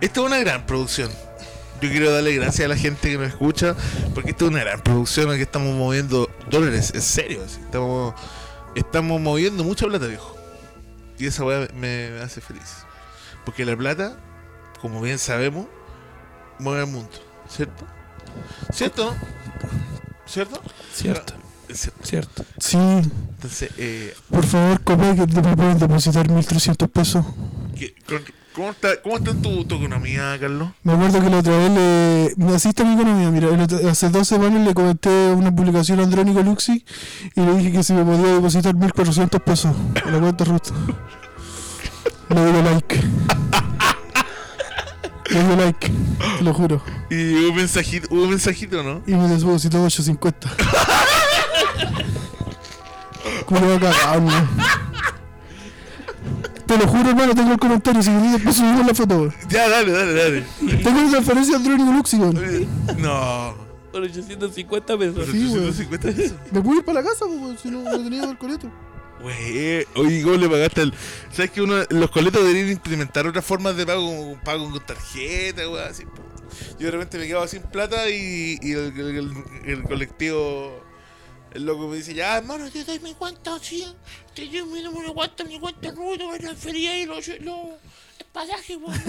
[SPEAKER 1] Esta es una gran producción. Yo quiero darle gracias a la gente que nos escucha, porque esta es una gran producción en que estamos moviendo dólares, en serio. así, Estamos, estamos moviendo mucha plata, viejo. Y esa weá me, me hace feliz. Porque la plata, como bien sabemos, mueve el mundo, ¿cierto? ¿Cierto, no? ¿Cierto?
[SPEAKER 3] Cierto,
[SPEAKER 1] Es cierto.
[SPEAKER 3] cierto.
[SPEAKER 2] Sí,
[SPEAKER 1] Entonces, eh,
[SPEAKER 2] por favor, copé que te pueden depositar 1.300 pesos.
[SPEAKER 1] ¿Qué- con- ¿Cómo está, cómo está tu, tu economía, Carlos?
[SPEAKER 2] Me acuerdo que la otra vez le... Me asiste a mi economía, mira, el otro- hace dos semanas le comenté una publicación a Andrónico Luxi y le dije que si me podía depositar 1.400 pesos a la cuenta Ruth. Le digo like. Le digo like, te lo juro.
[SPEAKER 1] Y hubo mensajito, hubo mensajito, ¿no?
[SPEAKER 2] Y me depositó 850. ¿Cómo le va a cagar, weón? Te lo juro, hermano, tengo el comentario. Si querés, después subimos la foto, weón.
[SPEAKER 1] Ya, dale, dale, dale.
[SPEAKER 2] Tengo una transferencia de Andrónico Luxi, weón.
[SPEAKER 1] No.
[SPEAKER 3] Por 850 pesos.
[SPEAKER 1] Pero
[SPEAKER 2] Sí, güey.
[SPEAKER 1] 850 pesos.
[SPEAKER 2] ¿Me puedo ir para la casa, po, weón? Si no, no tenía el coleto.
[SPEAKER 1] Güey, oye, ¿cómo le pagaste al...? ¿Sabes que uno, los coletos deberían implementar otras formas de pago, como pago con tarjeta, güey, así? po. Yo de repente me quedaba sin plata y, y el, el- el- el colectivo, el loco me dice, ya, hermano,
[SPEAKER 8] Te doy mi cuenta, sí. Te doy mi número, cuenta, mi cuenta, ruido, la feria y los, los pasajes, weón.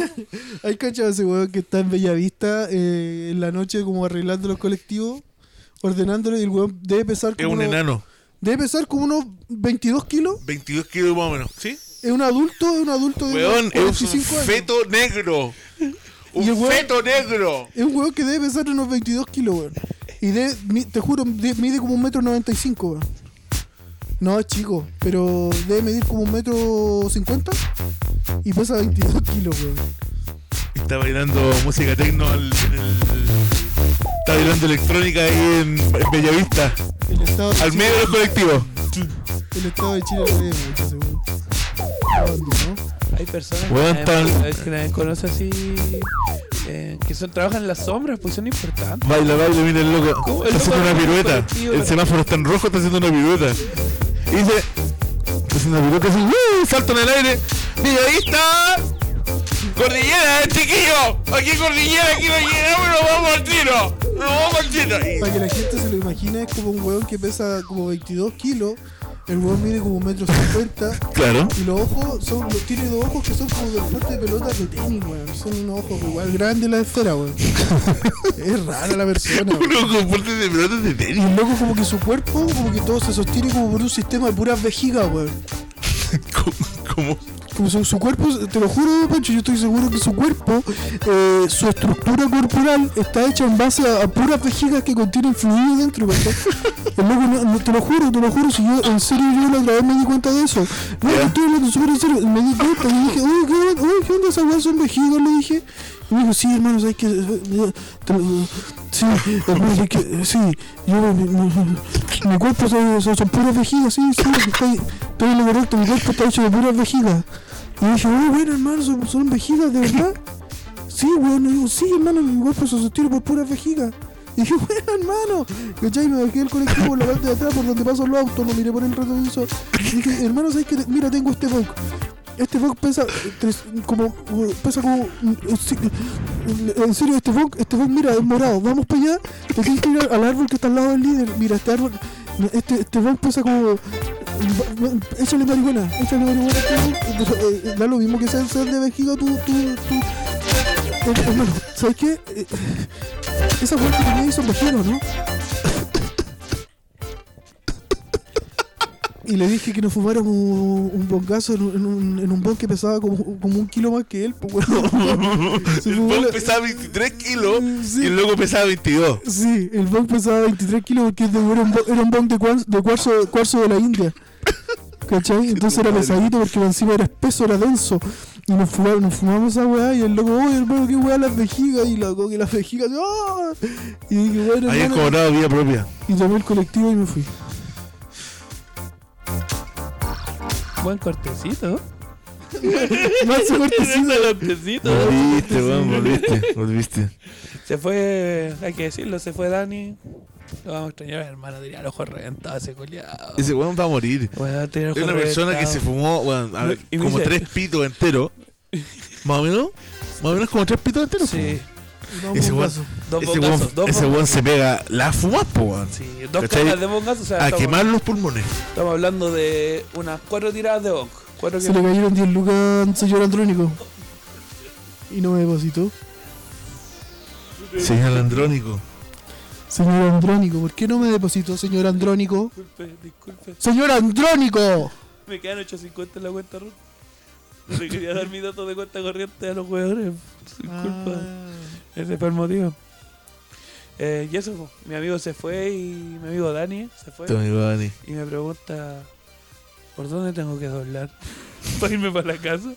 [SPEAKER 2] Hay cachado ese weón que está en Bellavista eh, en la noche, como arreglando los colectivos, ordenándole. Y el weón debe pesar
[SPEAKER 1] es
[SPEAKER 2] como.
[SPEAKER 1] un
[SPEAKER 2] unos-
[SPEAKER 1] enano.
[SPEAKER 2] Debe pesar como unos 22 kilos.
[SPEAKER 1] 22 kilos más o menos, ¿sí?
[SPEAKER 2] Es un adulto, es un adulto de
[SPEAKER 1] Weón,
[SPEAKER 2] unos
[SPEAKER 1] es
[SPEAKER 2] 45
[SPEAKER 1] un
[SPEAKER 2] años.
[SPEAKER 1] feto negro.
[SPEAKER 2] Y el
[SPEAKER 1] Un
[SPEAKER 2] güey-
[SPEAKER 1] feto negro.
[SPEAKER 2] Es un weón que debe pesar unos 22 kilos, weón. Y de, mi- te juro, de- mide como un metro 95, weón. No, es chico, pero debe medir como un metro 50 y pesa 22 kilos, weón.
[SPEAKER 1] Está bailando música techno al- en el- Está bailando electrónica ahí en, en Bellavista.
[SPEAKER 2] El estado de
[SPEAKER 1] Al
[SPEAKER 2] Chile,
[SPEAKER 1] medio de los colectivos.
[SPEAKER 2] el estado de Chile lo debe mucho, seguro. Abandonó.
[SPEAKER 3] Hay personas que,
[SPEAKER 1] Weón,
[SPEAKER 3] nadie-
[SPEAKER 1] tan-
[SPEAKER 3] es que nadie conoce así. eh, que son, trabajan en las sombras, pues son importantes.
[SPEAKER 1] Baila, baila, mira el loco.
[SPEAKER 3] ¿Cómo? El
[SPEAKER 1] Está haciendo
[SPEAKER 3] loco
[SPEAKER 1] una
[SPEAKER 3] del
[SPEAKER 1] pirueta.
[SPEAKER 3] colectivo.
[SPEAKER 1] El semáforo está en rojo, está haciendo una pirueta. Y dice. Está haciendo una pirueta así. ¡uh! Salto en el aire. ¡Bellavista! ¡Cordillera, eh, chiquillo! ¡Aquí cordillera, aquí cordillera! ¡Nos vamos al tiro! ¡Nos vamos al tiro!
[SPEAKER 2] Para que la gente se lo imagine, es como un weón que pesa como 22 kilos. El weón mide como un metro 50
[SPEAKER 1] Claro.
[SPEAKER 2] Y los ojos son, los- tiene dos ojos que son como del fuerte de pelotas de tenis, weón. Son unos ojos igual grandes la esfera, weón. es rara la persona, weón.
[SPEAKER 1] Uno con portes de pelotas de tenis.
[SPEAKER 2] Y el loco como que su cuerpo, como que todo se sostiene como por un sistema de puras vejigas, weón.
[SPEAKER 1] ¿Cómo?
[SPEAKER 2] Como su, su cuerpo, te lo juro, Pancho, yo estoy seguro que su cuerpo, eh, su estructura corporal está hecha en base a, a puras vejigas que contienen fluido dentro, ¿cachai? El loco, no- no, te lo juro, te lo juro, si yo en serio yo la otra vez me di cuenta de eso. No, te estoy hablando súper en serio, me di cuenta y dije, oye, ¿qué, on- oye, ¿qué onda esas weas son vejigas? Le dije. Y me dijo, sí, hermano, sabes que... Sí, hermano, sabes que... Sí, yo... Mi, mi- mi cuerpo son, son, son puras vejigas, sí, sí, estoy, estoy en lo correcto, mi cuerpo está hecho de puras vejigas. Y dije, oh, bueno, hermano, son, son vejigas, ¿de verdad? Sí, weón. Y digo, sí, hermano, mi cuerpo se sostiene por puras vejigas. Y dije, bueno, hermano. ¿Cachai? Me bajé del colectivo por la parte de atrás, por donde pasan los autos, lo miré por el retrovisor. Y dije, hermano, ¿sabes qué? Mira, tengo este bug. Este bug pesa eh, tres- como... eh, Pesa como... mm, eh, sí, eh, En serio, este bug, este bug, mira, es morado. Vamos para allá. Te tienes que ir al árbol que está al lado del líder. Mira, este árbol... Este, este bug pesa como... Échale marihuana, échale marihuana. a este bug. Eh, Da lo mismo que sea el ser de vejiga tu, tu, tu, Eh, hermano, ¿sabes qué? Eh, esas weas que tenía ahí son vaqueros, ¿no? Y le dije que nos fumara un, un bongazo en un, en un, en un bon que pesaba como, como un kilo más que él, pues weón. Se
[SPEAKER 1] El
[SPEAKER 2] fumó
[SPEAKER 1] Bob
[SPEAKER 2] la-
[SPEAKER 1] pesaba 23 kilos
[SPEAKER 2] Sí.
[SPEAKER 1] y el loco pesaba 22.
[SPEAKER 2] Sí, el bong pesaba 23 kilos porque es de- era un bong, era un bong de, cuarzo, de cuarzo, cuarzo de la India. ¿Cachai? Entonces era pesadito porque encima era espeso, era denso. Y nos fumamos, nos fumamos esa weá y el loco, oye hermano, qué weá las vejigas. Y loco, que las vejigas. ¡ah! Y dije, bueno,
[SPEAKER 1] Ahí es
[SPEAKER 2] hermano,
[SPEAKER 1] cobrado vida propia.
[SPEAKER 2] Y tomé el colectivo y me fui.
[SPEAKER 3] Buen cortecito.
[SPEAKER 2] Más cortecito.
[SPEAKER 3] Buen cortecito.
[SPEAKER 1] Volviste, weón, volviste, volviste.
[SPEAKER 3] Se fue, hay que decirlo, se fue Dani. Lo vamos a extrañar, hermano. Tenía el ojo reventado ese culiado.
[SPEAKER 1] Ese weón va a morir.
[SPEAKER 3] Bueno, tenía el ojo
[SPEAKER 1] Es una persona que se
[SPEAKER 3] reventado.
[SPEAKER 1] fumó, weón, a ver,
[SPEAKER 3] Y me
[SPEAKER 1] como
[SPEAKER 3] dice-
[SPEAKER 1] tres pitos enteros. Más o menos, más o menos como tres pitos enteros.
[SPEAKER 3] Sí,
[SPEAKER 2] No,
[SPEAKER 1] Ese
[SPEAKER 2] un
[SPEAKER 1] weón-
[SPEAKER 2] vaso.
[SPEAKER 3] dos
[SPEAKER 1] Ese
[SPEAKER 3] bongazos.
[SPEAKER 1] weón,
[SPEAKER 3] dos
[SPEAKER 1] ese
[SPEAKER 3] bongazos.
[SPEAKER 1] weón se pega la fuma, po, weón.
[SPEAKER 3] Sí, dos
[SPEAKER 1] ¿Cachai?
[SPEAKER 3] cajas de bongazos. O sea,
[SPEAKER 1] A
[SPEAKER 3] estamos,
[SPEAKER 1] quemar los pulmones.
[SPEAKER 3] estamos hablando de unas cuatro tiradas de bong. Cuatro que...
[SPEAKER 2] Se le cayeron 10 lucas al señor Andrónico. Y no me depositó.
[SPEAKER 9] Señal Andrónico.
[SPEAKER 2] Señor Andrónico, ¿por qué no me depositó, señor Andrónico?
[SPEAKER 3] Disculpe, disculpe.
[SPEAKER 2] ¡Señor Andrónico!
[SPEAKER 3] Me quedan 8.50 en la cuenta Ruth. No te quería dar mis datos de cuenta corriente a los jugadores. Disculpa.
[SPEAKER 1] Ah.
[SPEAKER 3] Ese fue el motivo. Eh, y eso, po. mi amigo se fue y mi amigo Dani se fue.
[SPEAKER 1] Tu amigo Dani.
[SPEAKER 3] Y me pregunta, ¿por dónde tengo que doblar? ¿Para irme para la casa?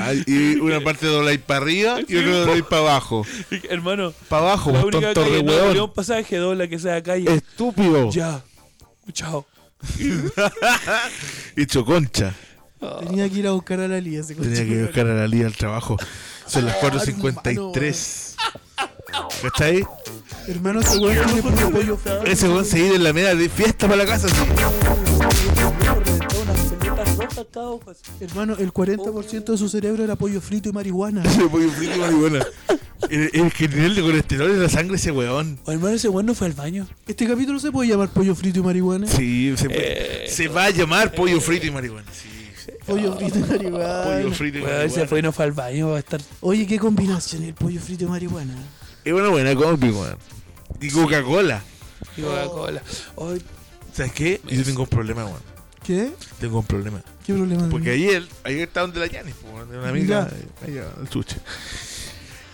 [SPEAKER 1] Ay, Y una parte dobláis para arriba y otra dobláis para abajo.
[SPEAKER 3] Y, hermano,
[SPEAKER 1] Para abajo,
[SPEAKER 3] la
[SPEAKER 1] vos
[SPEAKER 3] única
[SPEAKER 1] tonto
[SPEAKER 3] calle
[SPEAKER 1] de
[SPEAKER 3] que no había
[SPEAKER 1] weón.
[SPEAKER 3] un pasaje dobla que sea calle.
[SPEAKER 1] Estúpido.
[SPEAKER 3] Ya. Chao.
[SPEAKER 1] Hecho concha.
[SPEAKER 2] Tenía que ir a buscar a la Lía ese
[SPEAKER 1] Ah. Tenía que buscar a la Lía al trabajo. Son las 4.53. ¿Cachai?
[SPEAKER 2] Hermano, ese weón tiene puro pollo frito.
[SPEAKER 1] Ese weón se iba en la media de fiesta para la casa. así.
[SPEAKER 3] Unas pelotas rojas cada ojo, así.
[SPEAKER 2] Hermano, el 40% de su cerebro era pollo frito y marihuana.
[SPEAKER 1] Ese pollo frito y marihuana. El, el que tenía el de colesterol en la sangre ese weón.
[SPEAKER 3] O hermano, ese weón no fue al baño.
[SPEAKER 2] Este capítulo se puede llamar pollo frito y marihuana.
[SPEAKER 1] Sí, se, puede-
[SPEAKER 3] Eh.
[SPEAKER 1] se va a llamar pollo frito y marihuana. Sí,
[SPEAKER 2] Pollo frito y marihuana.
[SPEAKER 1] pollo frito y
[SPEAKER 3] Weón,
[SPEAKER 1] marihuana.
[SPEAKER 3] se fue y no fue al baño. Va a estar
[SPEAKER 2] Oye, qué combinación el pollo frito y marihuana.
[SPEAKER 1] Es una buena combi, weón. Y Coca-Cola.
[SPEAKER 3] y Coca-Cola. Hoy
[SPEAKER 1] ¿Sabes qué? Yo tengo un problema, weón.
[SPEAKER 2] ¿Qué?
[SPEAKER 1] Tengo un problema.
[SPEAKER 2] ¿Qué problema?
[SPEAKER 1] Porque ayer, ayer estaba donde la Yanis, po, de una amiga. Allá, al chuche.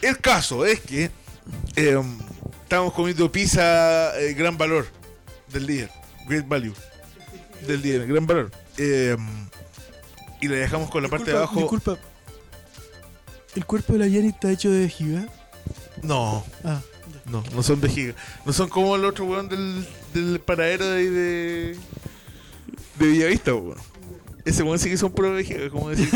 [SPEAKER 1] El caso es que em, estábamos comiendo pizza eh, gran valor del líder. Great value. Del líder, gran valor. Em, y la dejamos con la parte de abajo.
[SPEAKER 2] Disculpa. El cuerpo de la Yanni está hecho de vejiga.
[SPEAKER 1] No,
[SPEAKER 2] Ah,
[SPEAKER 1] no, no son de giga. No son como el otro weón del, del paradero de ahí de. de Villavista, weón. Ese weón sí que son puro vejigas, como decir.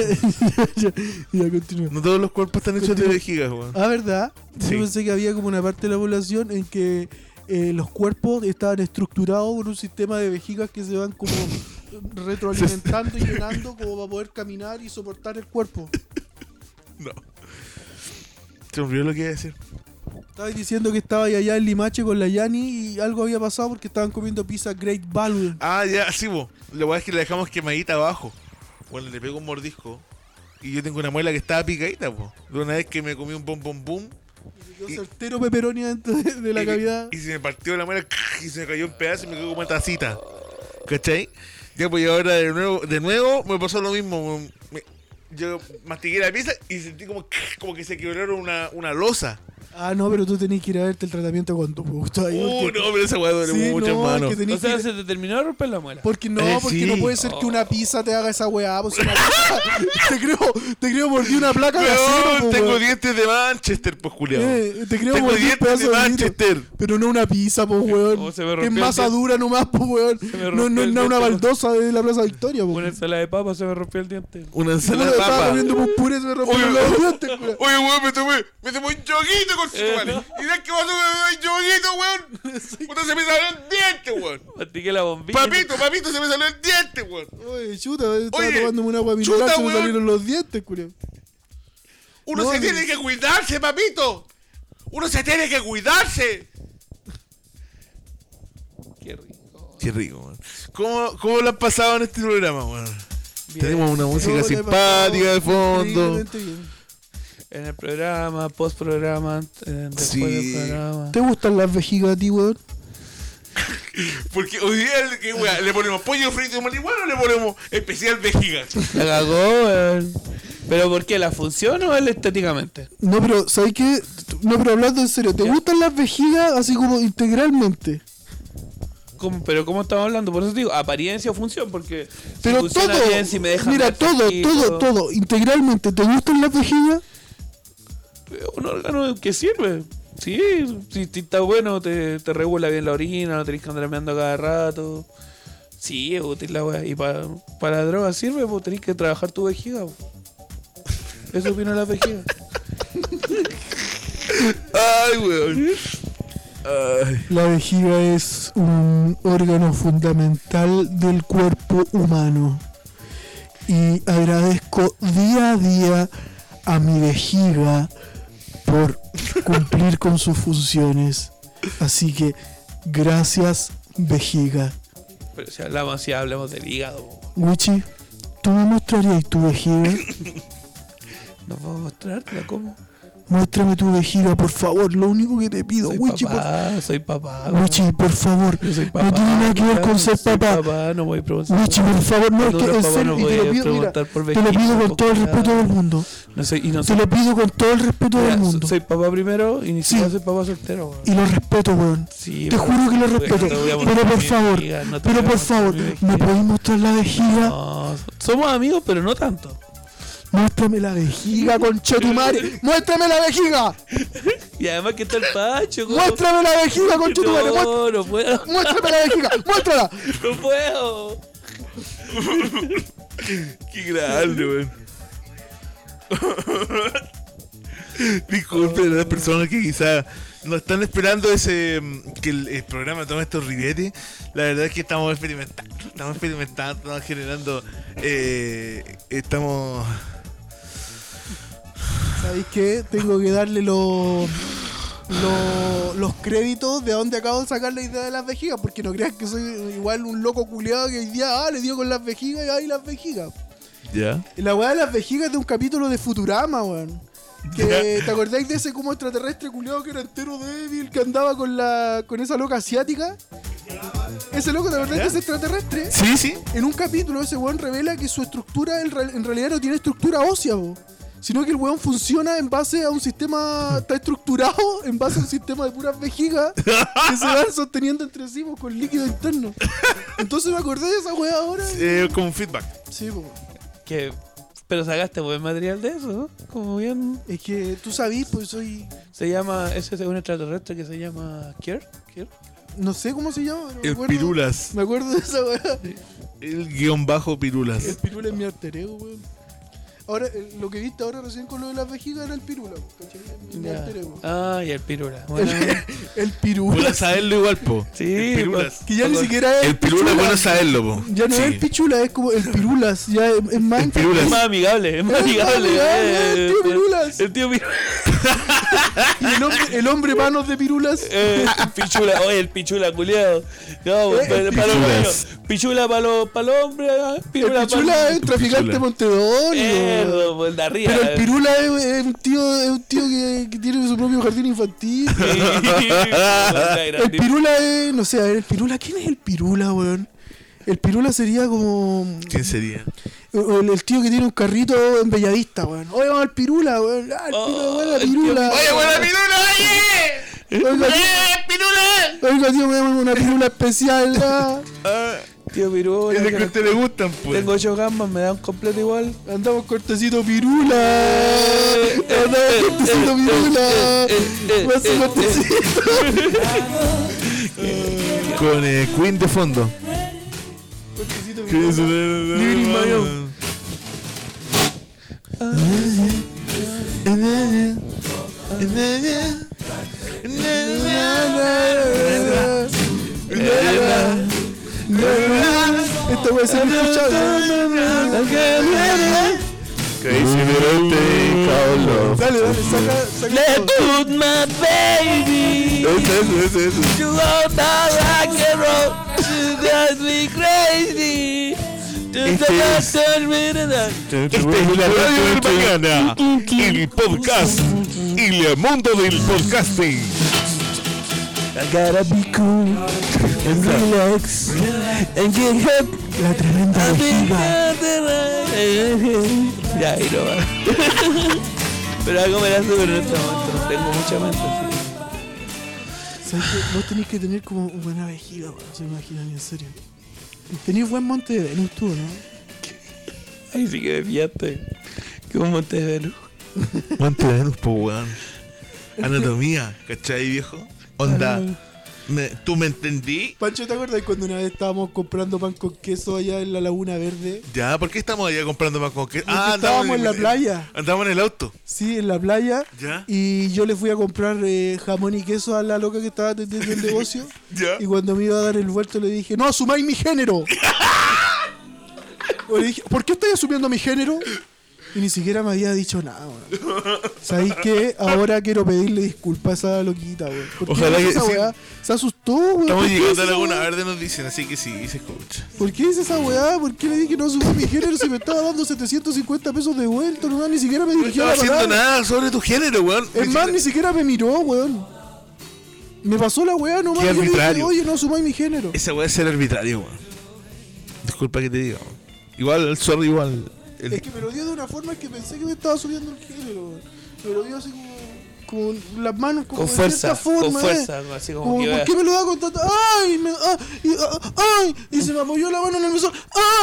[SPEAKER 2] ya, ya continúa.
[SPEAKER 1] No todos los cuerpos están hechos de vejigas, weón.
[SPEAKER 2] Ah, ¿verdad?
[SPEAKER 1] Sí.
[SPEAKER 2] Yo pensé que había como una parte de la población en que eh, los cuerpos estaban estructurados por un sistema de vejigas que se van como retroalimentando y llenando como para poder caminar y soportar el cuerpo.
[SPEAKER 1] No. Se me olvidó lo que iba a decir.
[SPEAKER 2] Estabas diciendo que estaba allá en Limache con la Yani y algo había pasado porque estaban comiendo pizza Great Value.
[SPEAKER 1] Ah, ya, sí, bo. La weá es que la dejamos quemadita abajo. Bueno, le pego un mordisco. Y yo tengo una muela que estaba picadita, bo. De una vez que me comí un bom bom boom.
[SPEAKER 2] Yo certero peperoni dentro de, de la
[SPEAKER 1] y,
[SPEAKER 2] cavidad.
[SPEAKER 1] y se me partió la muela y se me cayó en pedazos y me quedó como una tacita. ¿Cachai? Ya, pues y ahora de nuevo, de nuevo me pasó lo mismo. Me- me- yo mastiqué la pieza y sentí como, como que se quebraron una, una losa.
[SPEAKER 2] Ah, no, pero tú tenés que ir a verte el tratamiento con tu gusto ahí.
[SPEAKER 1] Uh,
[SPEAKER 2] porque-
[SPEAKER 1] no, pero esa weá duele
[SPEAKER 2] Sí,
[SPEAKER 1] mucho,
[SPEAKER 2] no, es
[SPEAKER 1] hermano.
[SPEAKER 2] que tenés
[SPEAKER 3] O sea,
[SPEAKER 2] que ir-
[SPEAKER 3] se te terminó de romper la muela.
[SPEAKER 2] Porque no,
[SPEAKER 1] Eh,
[SPEAKER 2] porque
[SPEAKER 1] sí.
[SPEAKER 2] no puede ser que una pizza te haga esa weá. Pues una pizza- te creo, te creo mordí una placa de acero,
[SPEAKER 1] Weón,
[SPEAKER 2] po,
[SPEAKER 1] tengo
[SPEAKER 2] weón.
[SPEAKER 1] dientes de Manchester, pues, culiao.
[SPEAKER 2] Eh, te creo
[SPEAKER 1] tengo
[SPEAKER 2] mordí un
[SPEAKER 1] dientes de
[SPEAKER 2] pedazo de vidrio.
[SPEAKER 1] Manchester.
[SPEAKER 2] Pero no una pizza, pues
[SPEAKER 3] Oh,
[SPEAKER 2] weón.
[SPEAKER 3] se me rompió
[SPEAKER 2] que es
[SPEAKER 3] el
[SPEAKER 2] masa
[SPEAKER 3] diente.
[SPEAKER 2] dura nomás, pues weón.
[SPEAKER 3] me
[SPEAKER 2] No,
[SPEAKER 3] rompió
[SPEAKER 2] no es
[SPEAKER 3] el
[SPEAKER 2] nada una
[SPEAKER 3] diente,
[SPEAKER 2] baldosa de la Plaza Victoria, pues.
[SPEAKER 3] Una ensalada de papa se me rompió el diente.
[SPEAKER 1] Una ensalada de
[SPEAKER 2] Estaba
[SPEAKER 1] papa.
[SPEAKER 2] comiendo un puré, se me rompieron
[SPEAKER 1] Oye,
[SPEAKER 2] los dientes, weón.
[SPEAKER 1] Oye, weón, me tomé, me tomé un yoguito con su
[SPEAKER 3] Eh,
[SPEAKER 1] madre.
[SPEAKER 3] no.
[SPEAKER 1] Y sabes qué pasó con el yoguito, weón. Puta, se me salió el diente, weón.
[SPEAKER 3] Mastiqué la bombilla.
[SPEAKER 1] Papito, papito, se me salió el diente, weón.
[SPEAKER 2] Oye, chuta, estaba
[SPEAKER 1] Oye,
[SPEAKER 2] tomándome un agua
[SPEAKER 1] chuta,
[SPEAKER 2] mineral, se me
[SPEAKER 1] weón.
[SPEAKER 2] salieron los dientes, culiao.
[SPEAKER 1] Uno
[SPEAKER 2] No,
[SPEAKER 1] se
[SPEAKER 2] no.
[SPEAKER 1] tiene que cuidarse, papito. Uno se tiene que cuidarse.
[SPEAKER 3] Qué rico.
[SPEAKER 1] Qué rico, weón. ¿Cómo, ¿Cómo lo han pasado en este programa, weón?
[SPEAKER 3] Bien.
[SPEAKER 1] Tenemos una
[SPEAKER 2] No,
[SPEAKER 1] música
[SPEAKER 2] le he pasado
[SPEAKER 1] simpática de fondo.
[SPEAKER 2] increíblemente bien.
[SPEAKER 3] en el programa, post programa, después
[SPEAKER 1] Sí.
[SPEAKER 3] del programa.
[SPEAKER 2] ¿Te gustan las vejigas a ti, weón?
[SPEAKER 1] Porque hoy día, ¿qué weá? ¿Le ponemos pollo frito de marihuana o le ponemos especial vejiga?
[SPEAKER 3] La cagó, weón. ¿Pero por qué? ¿La función o el estéticamente?
[SPEAKER 2] No, pero ¿sabes qué? No, pero hablando en serio, ¿te
[SPEAKER 3] Ya.
[SPEAKER 2] gustan las vejigas así como integralmente?
[SPEAKER 3] ¿Cómo- ¿Pero cómo estamos hablando? Por eso te digo, apariencia o función, porque si
[SPEAKER 2] Pero
[SPEAKER 3] funciona
[SPEAKER 2] todo,
[SPEAKER 3] bien, si me dejan
[SPEAKER 2] mira,
[SPEAKER 3] ver
[SPEAKER 2] todo,
[SPEAKER 3] fresquito,
[SPEAKER 2] todo, todo, integralmente, ¿te gustan las vejigas?
[SPEAKER 3] es Un órgano que sirve. Sí, si, si está bueno, te, te regula bien la orina, no tenés que andar meando cada rato. Sí, es útil la weá. Y para, para drogas sirve, pues tenés que trabajar tu vejiga. po. Eso opino de la vejiga.
[SPEAKER 1] Ay, weón.
[SPEAKER 2] La vejiga es un órgano fundamental del cuerpo humano. Y agradezco día a día a mi vejiga por cumplir con sus funciones. Así que gracias, vejiga.
[SPEAKER 3] Pero si hablamos, si hablamos del hígado, pues. po.
[SPEAKER 2] Wichi, ¿tú me mostrarías tu vejiga?
[SPEAKER 3] nos vamos a mostrar cómo.
[SPEAKER 2] Muéstrame tu vejiga, por favor. Lo único que te pido,
[SPEAKER 3] Soy
[SPEAKER 2] Wichi, por
[SPEAKER 3] papá, soy papá. weón.
[SPEAKER 2] Wichi, por favor,
[SPEAKER 3] Yo soy papá.
[SPEAKER 2] no tiene nada que ver
[SPEAKER 3] weón,
[SPEAKER 2] con ser
[SPEAKER 3] soy
[SPEAKER 2] papá.
[SPEAKER 3] no voy a preguntar.
[SPEAKER 2] Wichi, por favor, no, es
[SPEAKER 3] No,
[SPEAKER 2] que
[SPEAKER 3] no,
[SPEAKER 2] en
[SPEAKER 3] papá,
[SPEAKER 2] serio,
[SPEAKER 3] no
[SPEAKER 2] y te
[SPEAKER 3] voy
[SPEAKER 2] lo
[SPEAKER 3] a
[SPEAKER 2] pido, mira,
[SPEAKER 3] preguntar por
[SPEAKER 2] te lo
[SPEAKER 3] vejiga,
[SPEAKER 2] pido con
[SPEAKER 3] por
[SPEAKER 2] todo el
[SPEAKER 3] cuidado.
[SPEAKER 2] respeto del mundo.
[SPEAKER 3] No soy, y no
[SPEAKER 2] Te
[SPEAKER 3] soy,
[SPEAKER 2] lo pido con todo el respeto
[SPEAKER 3] mira,
[SPEAKER 2] del
[SPEAKER 3] so-
[SPEAKER 2] mundo.
[SPEAKER 3] soy papá primero y ni
[SPEAKER 2] Sí.
[SPEAKER 3] siquiera soy papá soltero. weón.
[SPEAKER 2] Y lo respeto, weón.
[SPEAKER 3] Sí,
[SPEAKER 2] Te
[SPEAKER 3] weón,
[SPEAKER 2] juro que lo
[SPEAKER 3] weón,
[SPEAKER 2] respeto.
[SPEAKER 3] no te voy a
[SPEAKER 2] Pero
[SPEAKER 3] mostrar
[SPEAKER 2] por
[SPEAKER 3] mi
[SPEAKER 2] favor,
[SPEAKER 3] vejiga, no te
[SPEAKER 2] pero
[SPEAKER 3] voy a
[SPEAKER 2] por
[SPEAKER 3] mostrar
[SPEAKER 2] favor,
[SPEAKER 3] mi vejiga.
[SPEAKER 2] ¿me podéis mostrar la vejiga?
[SPEAKER 3] No, somos amigos, pero no tanto.
[SPEAKER 2] Muéstrame la vejiga, conchetumare. ¡Muéstrame la vejiga!
[SPEAKER 3] Y además que está el Pacho. como-
[SPEAKER 2] ¡Muéstrame la vejiga, conchetumare! Muést-
[SPEAKER 3] No, no puedo,
[SPEAKER 2] ¡Muéstrame la vejiga! ¡Muéstrala!
[SPEAKER 3] no puedo.
[SPEAKER 1] Qué grande, weón. Disculpen a las personas que quizá no están esperando ese mm, que el, el programa tome estos ribetes. La verdad es que estamos experimentando, estamos experimentando, estamos generando, eh, estamos
[SPEAKER 2] ¿Sabéis qué? Tengo que darle los los- los créditos de dónde acabo de sacar la idea de las vejigas, porque no creas que soy igual un loco culiado que hoy día, ah, le dio con las vejigas y ahí las vejigas.
[SPEAKER 1] ya.
[SPEAKER 2] Y La weá de las vejigas es de un capítulo de Futurama, weón. Que, ¿Te acordáis de ese como extraterrestre culiado que era entero débil, que andaba con la con esa loca asiática? Ese loco, ¿te acordáis de ese extraterrestre?
[SPEAKER 1] Sí, sí.
[SPEAKER 2] En un capítulo ese weón revela que su estructura en, real- en realidad no tiene estructura ósea, bo, sino que el weón funciona en base a un sistema, está estructurado en base a un sistema de puras vejigas que se van sosteniendo entre sí bo, con líquido interno. Entonces me acordé de esa weá ahora.
[SPEAKER 1] Eh, como feedback.
[SPEAKER 2] Sí, bo.
[SPEAKER 3] Que, pero sacaste buen material de eso, ¿no? Como bien.
[SPEAKER 2] es que tú sabís, pues soy,
[SPEAKER 3] Se llama, ese es un extraterrestre que se llama Kier. Kier.
[SPEAKER 2] no sé cómo se llama. pero me
[SPEAKER 1] El
[SPEAKER 2] acuerdo-
[SPEAKER 1] pirulas.
[SPEAKER 2] Me acuerdo de esa weá.
[SPEAKER 1] El guión bajo
[SPEAKER 2] El
[SPEAKER 1] pirulas.
[SPEAKER 2] pirula es mi alter ego, weón. Ahora, eh, lo que viste ahora recién con lo de las vejigas era el pirula, bo, ¿cachai? Mi- Mi
[SPEAKER 3] Ya.
[SPEAKER 2] alter ego.
[SPEAKER 3] Ah, y el pirula. Bueno,
[SPEAKER 2] El, el pirula.
[SPEAKER 1] Bueno saberlo igual, po.
[SPEAKER 3] Sí, pues,
[SPEAKER 1] el pirulas.
[SPEAKER 2] Que ya ni siquiera es.
[SPEAKER 1] El pirula es
[SPEAKER 2] pichula.
[SPEAKER 1] bueno saberlo, po.
[SPEAKER 2] pues. Ya no
[SPEAKER 1] Sí.
[SPEAKER 2] es pichula, es como el pirulas. Ya es, es más.
[SPEAKER 1] El pirulas.
[SPEAKER 3] es más amigable, es más
[SPEAKER 2] Es más
[SPEAKER 3] amigable.
[SPEAKER 2] amigable,
[SPEAKER 3] eh,
[SPEAKER 2] el tío Pirulas.
[SPEAKER 3] El tío Pirulas.
[SPEAKER 2] Y el hombre, el hombre manos de pirulas.
[SPEAKER 3] Eh, pichula, oye, el pichula, culiado. No,
[SPEAKER 2] Eh,
[SPEAKER 3] pero para
[SPEAKER 1] pichulas.
[SPEAKER 3] los niños. Pichula para los para los hombres, ah,
[SPEAKER 2] El
[SPEAKER 3] pirula
[SPEAKER 2] pichula
[SPEAKER 3] para
[SPEAKER 2] es traficante
[SPEAKER 1] Pichula. Eh,
[SPEAKER 2] montedorio.
[SPEAKER 3] Mierda, pues, de arriba.
[SPEAKER 2] Pero el pirula es, es un tío, es un tío que, que tiene su propio jardín infantil. El pirula es. No sé, a ver, el pirula. ¿Quién es el pirula, weón? El pirula sería como.
[SPEAKER 1] ¿Quién sería?
[SPEAKER 2] o El, el tío que tiene un carrito en Bellavista, weón. Oye, vamos al pirula, weón. Ah, el pirula, weón, la
[SPEAKER 3] el tío
[SPEAKER 2] pirula.
[SPEAKER 3] Pirula.
[SPEAKER 1] pirula, oye!
[SPEAKER 2] Oiga, tío, Oiga, tío, me dame una pirula especial. ah.
[SPEAKER 3] Tío pirula.
[SPEAKER 1] Es de que a
[SPEAKER 3] oh, que
[SPEAKER 1] usted le gustan, pues.
[SPEAKER 3] Tengo ocho gambas, me da un completo igual.
[SPEAKER 2] Andamos cortecito pirula. Andamos cortecito pirula. Más cortecito.
[SPEAKER 1] Con eh, Queen de fondo.
[SPEAKER 2] Cortecito pirula.
[SPEAKER 1] eh, Living
[SPEAKER 2] in my own. Esta weá se ha escuchado.
[SPEAKER 1] Crazy birthday, Carlos.
[SPEAKER 2] Dale, dale, saca, saca. todo.
[SPEAKER 3] Put my baby.
[SPEAKER 1] Eso, eso, eso, eso.
[SPEAKER 3] You go down rock and roll. You got me crazy.
[SPEAKER 1] Este es- Este es la radio del mañana, el podcast, el mundo del podcasting.
[SPEAKER 2] Gotta be cool and relax and get help. La tremenda vejiga.
[SPEAKER 3] Ya, ahí no va. Pero algo me la hace, pero en este momento no tengo mucha mente. así.
[SPEAKER 2] ¿Sabes qué? Vos tenés que tener como buena vejiga, weón. No se me imagina ni en serio. Tenés buen monte de Venus tú, ¿no?
[SPEAKER 3] Ahí sí que me pillaste. ¿Cómo te ves,
[SPEAKER 1] Guante de Venus, po, weón. Anatomía, ¿cachai, viejo? Onda, me- ¿tú me entendí?
[SPEAKER 2] Pancho, ¿te acuerdas cuando una vez estábamos comprando pan con queso allá en la Laguna Verde?
[SPEAKER 1] Ya, ¿por qué estamos allá comprando más con que... Ah,
[SPEAKER 2] estábamos en la playa.
[SPEAKER 1] Andamos en el auto.
[SPEAKER 2] Sí, en la playa.
[SPEAKER 1] Ya.
[SPEAKER 2] Y yo le fui a comprar eh, jamón y queso a la loca que estaba atendiendo el negocio.
[SPEAKER 1] Ya.
[SPEAKER 2] Y cuando me iba a dar el vuelto le dije, no asumáis mi género. O le dije, ¿por qué estoy asumiendo mi género? Y ni siquiera me había dicho nada, weón. ¿Sabéis qué? Ahora quiero pedirle disculpas a esa loquita, weón. ¿Por qué
[SPEAKER 1] Ojalá
[SPEAKER 2] hizo
[SPEAKER 1] que
[SPEAKER 2] esa
[SPEAKER 1] sí.
[SPEAKER 2] weá? Se asustó, weón. ¿Por
[SPEAKER 1] Estamos
[SPEAKER 2] qué hizo
[SPEAKER 1] llegando a
[SPEAKER 2] esa
[SPEAKER 1] Laguna
[SPEAKER 2] weá?
[SPEAKER 1] Verde, nos dicen, así que sí, se escucha.
[SPEAKER 2] ¿Por qué hice esa weá? ¿Por qué le dije que no asumí mi género si me estaba dando 750 pesos de vuelto? No, ni siquiera me
[SPEAKER 1] No
[SPEAKER 2] dirigió
[SPEAKER 1] estaba
[SPEAKER 2] la
[SPEAKER 1] haciendo
[SPEAKER 2] palabra.
[SPEAKER 1] nada sobre tu género, weón.
[SPEAKER 2] Es
[SPEAKER 1] Ni
[SPEAKER 2] más, ni
[SPEAKER 1] siquiera-
[SPEAKER 2] siquiera me miró, weón. Me pasó la weá nomás.
[SPEAKER 1] Qué
[SPEAKER 2] Yo le dije,
[SPEAKER 1] arbitrario.
[SPEAKER 2] oye, no asumáis mi género.
[SPEAKER 1] Esa weá es ser arbitrario, weón. Disculpa que te diga, weón. Igual, el sorry, igual. el-
[SPEAKER 2] Es que me lo dio de una forma que pensé que me estaba subiendo el género, weón. Me lo dio así como. Con las manos como
[SPEAKER 3] Con
[SPEAKER 2] de
[SPEAKER 3] fuerza,
[SPEAKER 2] cierta forma,
[SPEAKER 3] con
[SPEAKER 2] eh.
[SPEAKER 3] fuerza, así como,
[SPEAKER 2] Como,
[SPEAKER 3] que
[SPEAKER 2] ¿por
[SPEAKER 3] vea.
[SPEAKER 2] qué me lo da con tanta. ¡Ay! Me, ah, y, ah, ¡Ay! Y se me apoyó la mano en el mesón.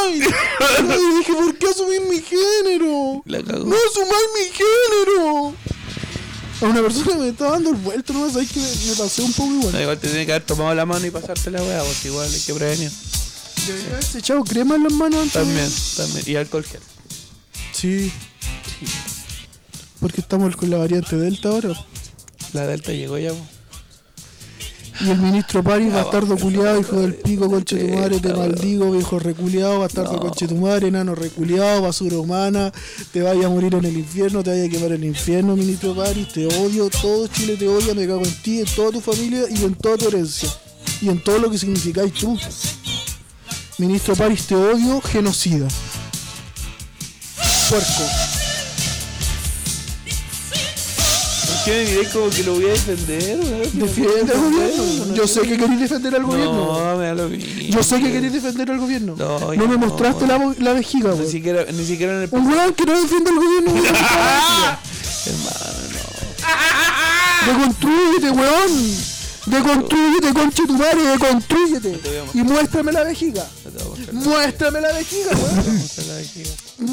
[SPEAKER 2] ¡Ay! Y dije, ¿por qué asumí mi género?
[SPEAKER 3] La cagó.
[SPEAKER 2] ¡No sumáis mi género! A una persona que me estaba dando el vuelto, no sabéis que me, me pasé un poco igual.
[SPEAKER 3] No, igual te tiene que haber tomado la mano y pasarte la weá, porque igual hay que prevenir.
[SPEAKER 2] Debería haberse este, echado crema en las manos antes.
[SPEAKER 3] También, también. Y alcohol gel.
[SPEAKER 2] Sí. Porque estamos con la variante Delta ahora.
[SPEAKER 3] La delta llegó ya, po.
[SPEAKER 2] Y el ministro París, bastardo culiado, hijo del pico, conche tu madre, te
[SPEAKER 3] Delta,
[SPEAKER 2] maldigo, viejo reculiado, bastardo conche tu madre, enano reculiado, basura humana, te vayas a morir en el infierno, te vayas a quemar en el infierno, ministro París, te odio, todo Chile te odia, me cago en ti, en toda tu familia y en toda tu herencia. Y en todo lo que significáis tú. Ministro París, te odio, genocida. Puerco.
[SPEAKER 3] ¿Por qué me miré como que lo voy a defender, weón?
[SPEAKER 2] Defiende al gobierno. Yo sé que queréis defender al gobierno.
[SPEAKER 3] No, me da lo mismo.
[SPEAKER 2] Yo sé que queréis defender al gobierno.
[SPEAKER 3] No,
[SPEAKER 2] No,
[SPEAKER 3] ya
[SPEAKER 2] me
[SPEAKER 3] no,
[SPEAKER 2] mostraste la, bo- la vejiga,
[SPEAKER 3] Ni
[SPEAKER 2] weón.
[SPEAKER 3] siquiera, ni siquiera en el
[SPEAKER 2] Un Pues, weón que no defiende al gobierno. weón. Deconstrúyete, weón. Deconstrúyete, conche tu madre, deconstrúyete. Y muéstrame la vejiga. Muéstrame la vejiga, weón.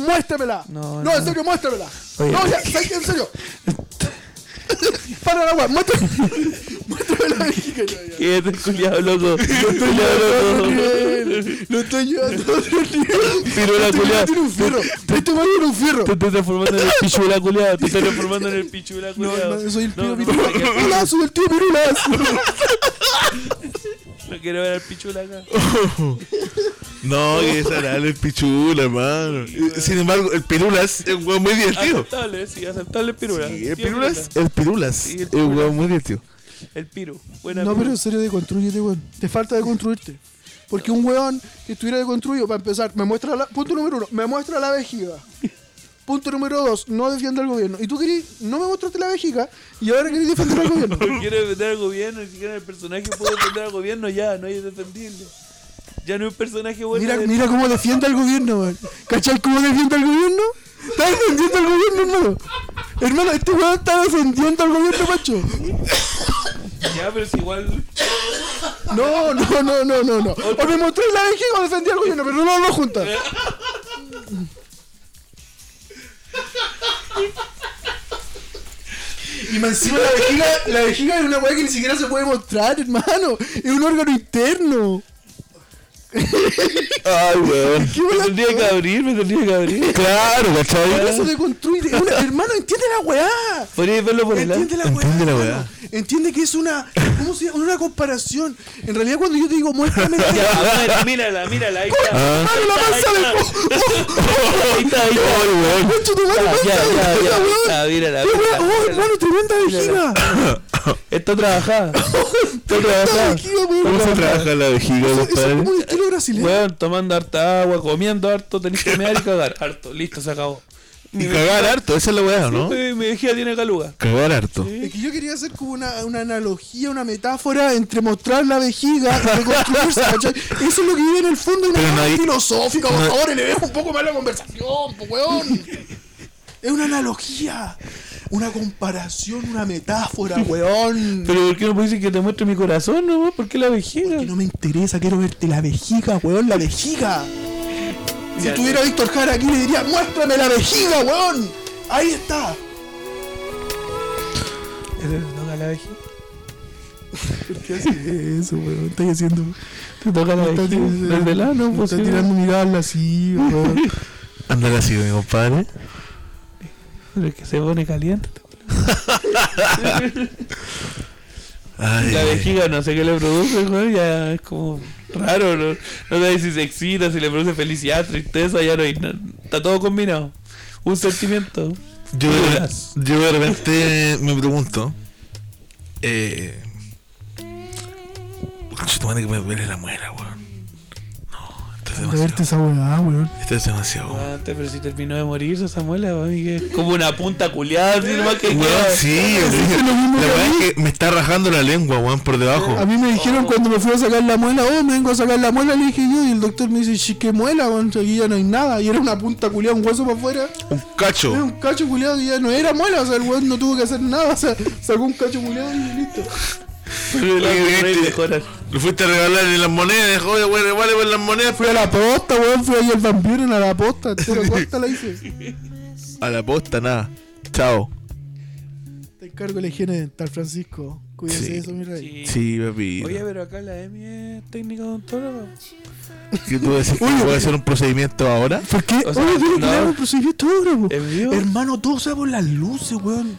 [SPEAKER 2] Muéstramela. No,
[SPEAKER 3] No, no.
[SPEAKER 2] en serio, muéstramela.
[SPEAKER 3] Oye.
[SPEAKER 2] No, ya, ¿sabes qué? en serio. Para la weón, muéstrame. Muéstrame la vejiga, ya, ya.
[SPEAKER 3] ¿Qué es el culiado loco?
[SPEAKER 2] Lo
[SPEAKER 3] culiado
[SPEAKER 2] estoy- Lo estoy llevando a otro nivel.
[SPEAKER 3] Tiró la
[SPEAKER 2] Este weón
[SPEAKER 3] culiada.
[SPEAKER 2] tiene un fierro. Este weón tiene un fierro.
[SPEAKER 3] Te estás transformando en el pichula culiado. Te estás transformando en el pichula culiado.
[SPEAKER 2] No, soy el tío
[SPEAKER 3] no, no,
[SPEAKER 2] Pirulas. Hola, soy el tío Pirulas.
[SPEAKER 3] no quiero ver al pichula acá.
[SPEAKER 1] No, que es anal el pichula, hermano. Eh, Sin embargo, el pirulas es un weón muy divertido.
[SPEAKER 3] Aceptable, sí, aceptable ¿eh? pirula.
[SPEAKER 1] Sí, el
[SPEAKER 3] Tío
[SPEAKER 1] pirulas, el pirulas
[SPEAKER 3] Sí, el
[SPEAKER 1] es un
[SPEAKER 3] pirulas.
[SPEAKER 1] weón muy divertido.
[SPEAKER 3] El piru. Buena
[SPEAKER 2] No, pero
[SPEAKER 3] pirula.
[SPEAKER 2] en serio, deconstrúyete, weón. Te falta deconstruirte. Porque un weón que estuviera deconstruido, para empezar, me muestra la. Punto número uno, me muestra la vejiga. Punto número dos, no defiende al gobierno. Y tú querís, no me mostraste la vejiga y ahora querés defender al gobierno.
[SPEAKER 3] No quiero defender al gobierno, ni siquiera el personaje puede defender al gobierno ya, no hay defendible. Ya no es un personaje bueno.
[SPEAKER 2] Mira,
[SPEAKER 3] de-
[SPEAKER 2] mira cómo defiende al gobierno, weón. ¿Cachai cómo defiende al gobierno? Está defendiendo al gobierno, hermano. Hermano, este weón está defendiendo al gobierno, macho.
[SPEAKER 3] Ya, pero es igual.
[SPEAKER 2] No, no, no, no, no, no. O me mostré la vejiga o defendí al gobierno, pero no lo juntas. Y más encima la vejiga, la vejiga es una weá que ni siquiera se puede mostrar, hermano. Es un órgano interno.
[SPEAKER 1] Ay, weón.
[SPEAKER 2] ¿Qué weá?
[SPEAKER 3] Tendría que abrir, me tendría que abrir.
[SPEAKER 1] Claro,
[SPEAKER 2] Pero eso
[SPEAKER 1] ¿cachai?
[SPEAKER 2] de construir. es una- hermano, entiende la weá.
[SPEAKER 3] Podrías verlo por el lado.
[SPEAKER 2] Entiende la weá.
[SPEAKER 1] Entiende la
[SPEAKER 2] hermano.
[SPEAKER 1] weá.
[SPEAKER 2] Entiende que es una. ¿Cómo se llama? Una comparación. En realidad, cuando yo te digo, muéstrame la
[SPEAKER 3] Ya,
[SPEAKER 2] vejiga.
[SPEAKER 3] a ver, mírala, mírala, ahí está.
[SPEAKER 2] hermano, la panza de Oh,
[SPEAKER 3] Ahí está, ahí está.
[SPEAKER 1] Ay, weón.
[SPEAKER 2] Concha tu madre, panza
[SPEAKER 3] Ya,
[SPEAKER 2] de
[SPEAKER 3] ya,
[SPEAKER 2] vejiga, weón.
[SPEAKER 3] ya. Ah, mírala,
[SPEAKER 2] ¡Qué weá!
[SPEAKER 3] mírala.
[SPEAKER 2] ¡Oh, hermano, tremenda vejiga!
[SPEAKER 3] Está trabajada. Está
[SPEAKER 2] ¡Tremenda
[SPEAKER 3] trabajada.
[SPEAKER 2] vejiga, weón!
[SPEAKER 1] ¿Cómo se trabaja la vejiga,
[SPEAKER 2] Eso es
[SPEAKER 1] compadre?
[SPEAKER 2] como un estilo brasileño.
[SPEAKER 3] Weón, tomando harta agua, comiendo harto, tenés que mear y cagar. Harto, listo, se acabó.
[SPEAKER 1] Y cagar harto, esa es la weá, ¿no?
[SPEAKER 3] Eh, Mi vejiga tiene caluga.
[SPEAKER 1] Cagar harto.
[SPEAKER 2] Es que yo quería hacer como una, una analogía, una metáfora entre mostrar la vejiga y reconstruirse, ¿cachai? Eso es lo que vive en el fondo de una
[SPEAKER 1] Pero no
[SPEAKER 2] cosa
[SPEAKER 1] hay-
[SPEAKER 2] filosófica, por
[SPEAKER 1] no-
[SPEAKER 2] favor, elevemos un poco más la conversación, po, weón. Es una analogía, una comparación, una metáfora, weón.
[SPEAKER 3] Pero ¿por qué no puedes decir que te muestre mi corazón, no? ¿Por qué la vejiga?
[SPEAKER 2] Que no me interesa, quiero verte la vejiga, weón, la vejiga. Si tuviera Víctor Jara aquí le diría, muéstrame la vejiga, weón. Ahí está.
[SPEAKER 3] ¿Te toca la vejiga?
[SPEAKER 2] ¿Qué haces eso, weón? Estás haciendo...
[SPEAKER 3] ¿Te toca la vejiga? Desde el ano, pues,
[SPEAKER 2] Está
[SPEAKER 3] sí.
[SPEAKER 2] tirando mirarla así, weón.
[SPEAKER 1] Andar así, mi compadre.
[SPEAKER 3] Pero es que se pone caliente.
[SPEAKER 1] Ay,
[SPEAKER 3] La vejiga no sé qué le produce, weón, ya es como raro, no, no sabes si se excita, si le produce felicidad, tristeza, ya no hay nada. Está todo combinado. Un sentimiento.
[SPEAKER 1] Yo, de,
[SPEAKER 3] Dudas.
[SPEAKER 1] yo de repente me pregunto. Eh. Concha tu madre que me duele la muela, weón. No, esto es
[SPEAKER 2] De verte
[SPEAKER 1] demasiado.
[SPEAKER 2] esa weá, weón.
[SPEAKER 1] Esto es demasiado. weón.
[SPEAKER 3] Antes, Ah, pero si terminó de morirse esa muela, weón, y que es como una punta culiada, así nomás que
[SPEAKER 1] Weón, sí, yo dije,
[SPEAKER 2] lo mismo
[SPEAKER 1] La
[SPEAKER 2] que a
[SPEAKER 1] verdad es que me está rajando la lengua, weón, por debajo.
[SPEAKER 2] A mí me
[SPEAKER 3] Oh.
[SPEAKER 2] dijeron cuando me fui a sacar la muela, oh, me vengo a sacar la muela, le dije yo, y el doctor me dice, sí, qué muela, weón, aquí ya no hay nada. Y era una punta culiada, un hueso para afuera.
[SPEAKER 1] Un
[SPEAKER 2] Era
[SPEAKER 1] cacho.
[SPEAKER 2] un cacho culiado que ya no era muela, o sea, el weón no tuvo que hacer nada, o sea, sacó un cacho culiado y listo.
[SPEAKER 3] Pero la mujer ahí mejora.
[SPEAKER 1] Le fuiste a regalar las monedas, joder, weón, vale por las monedas.
[SPEAKER 2] Fui a la posta, weón, fui ahí al vampiro a la posta, entero costa la hice.
[SPEAKER 1] A la posta, nada. Chao.
[SPEAKER 2] Te encargo la higiene dental, Francisco. Cuídese
[SPEAKER 1] Sí.
[SPEAKER 2] de eso, mi rey.
[SPEAKER 3] Sí.
[SPEAKER 1] Sí, papi.
[SPEAKER 3] Oye, pero acá la Emi es técnica odontóloga.
[SPEAKER 1] ¿Qué tú decís? que ¿Puedo hacer un procedimiento ahora?
[SPEAKER 2] ¿Por qué?
[SPEAKER 3] O sea,
[SPEAKER 2] Oye, tiene pues, que
[SPEAKER 3] no.
[SPEAKER 2] dar un procedimiento ahora, weón.
[SPEAKER 3] ¿En vivo?
[SPEAKER 2] Eh, Hermano, todo se va por las luces, weón.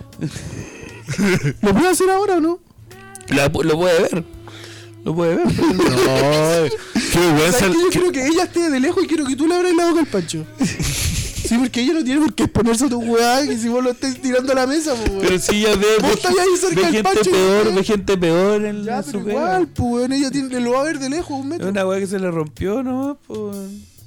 [SPEAKER 2] ¿Lo puedo hacer ahora o no?
[SPEAKER 3] La pu- lo puede ver. Lo puede ver.
[SPEAKER 1] No. Qué
[SPEAKER 2] ¿Sabes
[SPEAKER 1] vergüenza.
[SPEAKER 2] qué? Yo
[SPEAKER 1] qué-
[SPEAKER 2] quiero que ella esté de lejos y quiero que tú le abras la boca al Pancho. Sí, porque ella no tiene por qué exponerse a tu weá que si vos lo estés tirando a la mesa, pues, weón.
[SPEAKER 3] Pero si ya ve,
[SPEAKER 2] Vos
[SPEAKER 3] ve,
[SPEAKER 2] estás ahí cerca
[SPEAKER 3] ve
[SPEAKER 2] del
[SPEAKER 3] gente
[SPEAKER 2] Pancho,
[SPEAKER 3] peor,
[SPEAKER 2] ¿no?
[SPEAKER 3] ve gente peor en
[SPEAKER 2] Ya,
[SPEAKER 3] la
[SPEAKER 2] pero
[SPEAKER 3] su
[SPEAKER 2] igual, pues, weón, ella tiene, lo va a ver de lejos un
[SPEAKER 3] Es
[SPEAKER 2] metro.
[SPEAKER 3] una weá que se le rompió nomás, pues.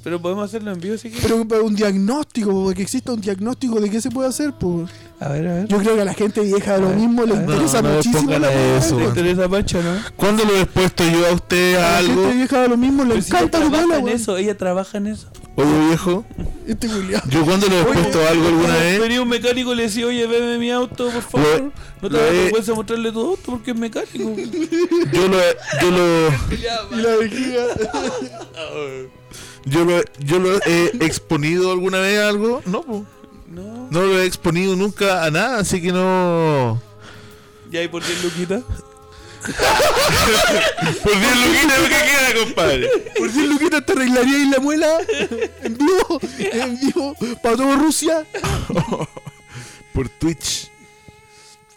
[SPEAKER 3] Pero podemos hacerlo en vivo si quieres.
[SPEAKER 2] Pero pero un diagnóstico, po, que exista un diagnóstico de qué se puede hacer, pues.
[SPEAKER 3] A ver, a ver.
[SPEAKER 2] Yo creo que a la gente vieja de lo mismo le
[SPEAKER 3] No,
[SPEAKER 2] interesa
[SPEAKER 1] no me
[SPEAKER 2] muchísimo
[SPEAKER 1] pongan
[SPEAKER 2] la
[SPEAKER 1] a
[SPEAKER 2] weá.
[SPEAKER 1] eso,
[SPEAKER 3] ¿Te
[SPEAKER 1] weón.
[SPEAKER 3] interesa Pancho, no?
[SPEAKER 1] ¿Cuándo lo he expuesto yo a usted a
[SPEAKER 2] A la
[SPEAKER 1] algo?
[SPEAKER 2] gente vieja de lo mismo le
[SPEAKER 3] Pero si ella
[SPEAKER 2] encanta la
[SPEAKER 3] trabaja
[SPEAKER 2] mala,
[SPEAKER 3] en
[SPEAKER 2] weón.
[SPEAKER 3] eso, ella trabaja en eso.
[SPEAKER 1] Oye, viejo.
[SPEAKER 2] Este culiao.
[SPEAKER 1] ¿Yo cuándo lo he expuesto a algo alguna vez?
[SPEAKER 3] Venía un mecánico y le decía, oye, veme mi auto, por favor.
[SPEAKER 1] Lo-
[SPEAKER 3] no te
[SPEAKER 1] lo
[SPEAKER 3] da
[SPEAKER 1] he-
[SPEAKER 3] vergüenza mostrarle tu auto porque es mecánico.
[SPEAKER 1] Yo lo he. Yo lo.
[SPEAKER 2] Y la vejiga.
[SPEAKER 1] Yo lo, yo lo he exponido alguna vez a algo. No, po.
[SPEAKER 3] no.
[SPEAKER 1] No lo he exponido nunca a nada, así que no.
[SPEAKER 3] Ya, ¿y por qué Luquita?
[SPEAKER 1] Por
[SPEAKER 2] Pues
[SPEAKER 1] 10 luquitas, ¿qué queda, compadre?
[SPEAKER 2] Por 10 luquitas te arreglaría ahí la muela. En vivo. En vivo. Para todo Rusia.
[SPEAKER 1] Por Twitch.